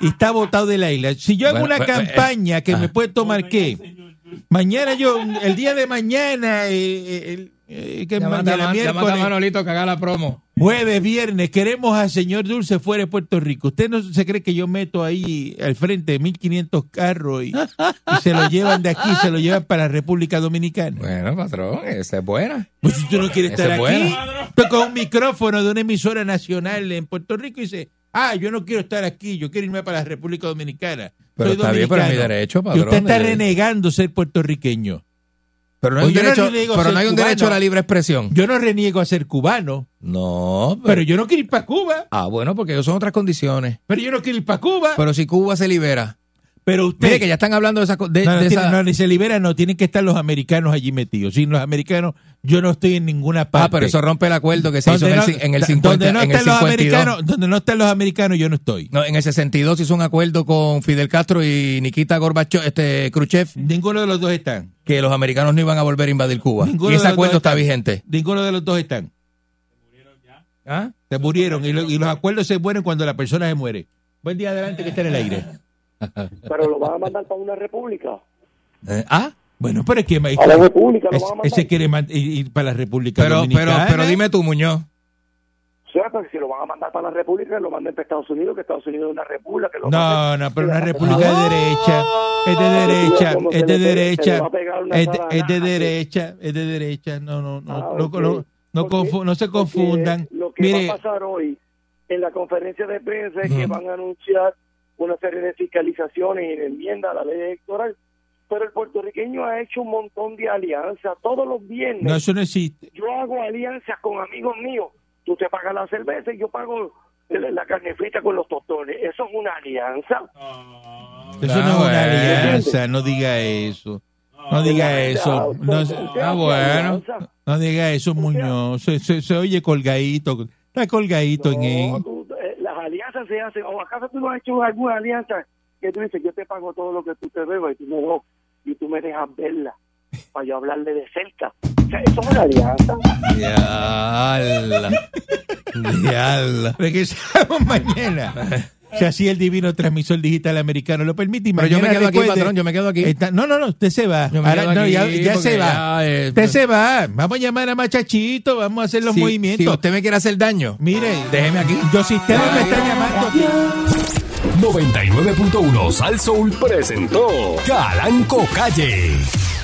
S1: y está votado de la isla. Si yo hago
S2: Bueno, eh, ah.
S1: una
S2: bueno,
S1: campaña que me
S2: ajá.
S1: puede tomar qué. Mañana yo, el día de mañana, eh, eh, el, eh, que es
S2: Llámate
S1: mañana,
S2: a Man- llámate a
S1: miércoles,
S2: Manolito que haga la promo.
S1: Jueves, viernes, queremos al señor Dulce fuera de Puerto Rico. ¿Usted no se cree que yo meto ahí al frente 1.500 carros y, y se lo llevan de aquí, se lo llevan para la República Dominicana?
S2: Bueno, patrón, esa es buena.
S1: Pues si tú no quieres
S2: Esa
S1: estar
S2: es
S1: aquí,
S2: buena.
S1: tú con un micrófono de una emisora nacional en Puerto Rico y dice, ah, yo no quiero estar aquí, yo quiero irme para la República Dominicana.
S2: Pero
S1: Soy
S2: está bien, pero es mi
S1: dominicano".
S2: derecho, eh.
S1: Y
S2: patrón.
S1: usted está
S2: de-
S1: renegando ser puertorriqueño.
S2: Pero no hay un
S1: Pues yo no
S2: derecho,
S1: le digo
S2: pero
S1: ser
S2: no hay un
S1: cubano.
S2: derecho a la libre expresión.
S1: Yo no reniego a ser cubano,
S2: No, pero,
S1: pero yo no quiero ir para Cuba,
S2: Ah, bueno, porque ellos son otras condiciones.
S1: pero yo no quiero ir para Cuba,
S2: Pero si Cuba se libera.
S1: pero usted...
S2: Mire que ya están hablando de esa co- de,
S1: No, no,
S2: de
S1: tiene-
S2: esa-
S1: no, ni se libera, no, tienen que estar los americanos allí metidos. Sin los americanos, yo no estoy en ninguna parte.
S2: Ah, pero eso rompe el acuerdo que se hizo
S1: Donde
S2: en el,
S1: no-
S2: ci- en el
S1: da-
S2: 50,
S1: donde no
S2: en el
S1: estén los
S2: 52.
S1: americanos, donde no estén los americanos, yo no estoy.
S2: No, en el 62 se hizo un acuerdo con Fidel Castro y Nikita Gorbachev, este Khrushchev,
S1: Ninguno de los dos están.
S2: que los americanos no iban a volver a invadir Cuba.
S1: Ninguno
S2: y
S1: de
S2: ese
S1: los
S2: acuerdo
S1: dos
S2: está
S1: está-
S2: vigente.
S1: Ninguno de los dos están. Se murieron y, lo- y los acuerdos se mueren cuando la persona se muere. Buen día adelante que está en el aire.
S5: Pero lo van a mandar para una república.
S2: Eh, ah,
S1: Bueno, pero es que
S5: A la república lo
S1: es-
S5: van a mandar.
S1: ese quiere man- ir ir para la República
S2: pero, pero,
S1: Dominicana.
S2: pero dime tú, Muñoz.
S5: Sí, pero si lo van a mandar para la república, lo manden para Estados Unidos, que Estados Unidos es una república. Que lo
S1: No,
S5: manden-
S1: no, pero
S5: que
S1: una
S5: la-
S1: república
S2: Ah.
S1: de derecha, es de derecha,
S5: Ah, Como
S1: es de
S5: se le- se le
S1: derecha,
S5: va a pegar
S1: es
S5: una
S1: de, es de
S5: sabana.
S1: derecha, es de derecha, no, no, no,
S5: Ah,
S1: no,
S5: ok.
S1: no, no
S5: Porque-
S1: confu- no se
S5: porque
S1: confundan.
S5: Lo que
S1: Mire,
S5: va a pasar hoy en la conferencia de prensa es que van a anunciar una serie de fiscalizaciones y de enmiendas a la ley electoral. Pero el puertorriqueño ha hecho un montón de alianzas. Todos los viernes
S1: no, eso no existe.
S5: yo hago alianzas con amigos míos. Tú te pagas la cerveza y yo pago la la carne frita con los tostones. Eso es una alianza.
S1: Eso no es una alianza, no diga eso. No diga eso. No,
S5: Usted hace
S1: ah, bueno.
S5: alianza.
S1: No diga eso, Muñoz. Se, se- se oye colgadito. Está colgadito en
S5: No,
S1: él.
S5: tú, eh, las alianzas se hacen, o acaso tú no has hecho alguna alianza que tú dices, yo te pago todo lo que tú te debas y tú me, no, y tú me dejas verla para yo hablarle de cerca. O sea, eso es una alianza.
S2: Diabla. Diabla.
S1: Regresamos mañana. Si así el divino transmisor digital americano lo permite. y
S2: Pero yo me
S1: mañana
S2: quedo aquí,
S1: recuerde-
S2: patrón, yo me quedo aquí.
S1: Está- no, no, no, usted se va.
S2: Yo me
S1: Ahora,
S2: quedo
S1: no,
S2: aquí
S1: ya, ya
S2: porque
S1: se va.
S2: ya, eh,
S1: usted se va. Vamos a llamar a Machachito, vamos a hacer los
S2: Si-
S1: movimientos.
S2: Si usted me quiere hacer daño,
S1: Mire,
S2: déjeme aquí.
S1: Yo sistema me está llamando.
S11: 99.1 Sal Soul presentó Calanco Calle.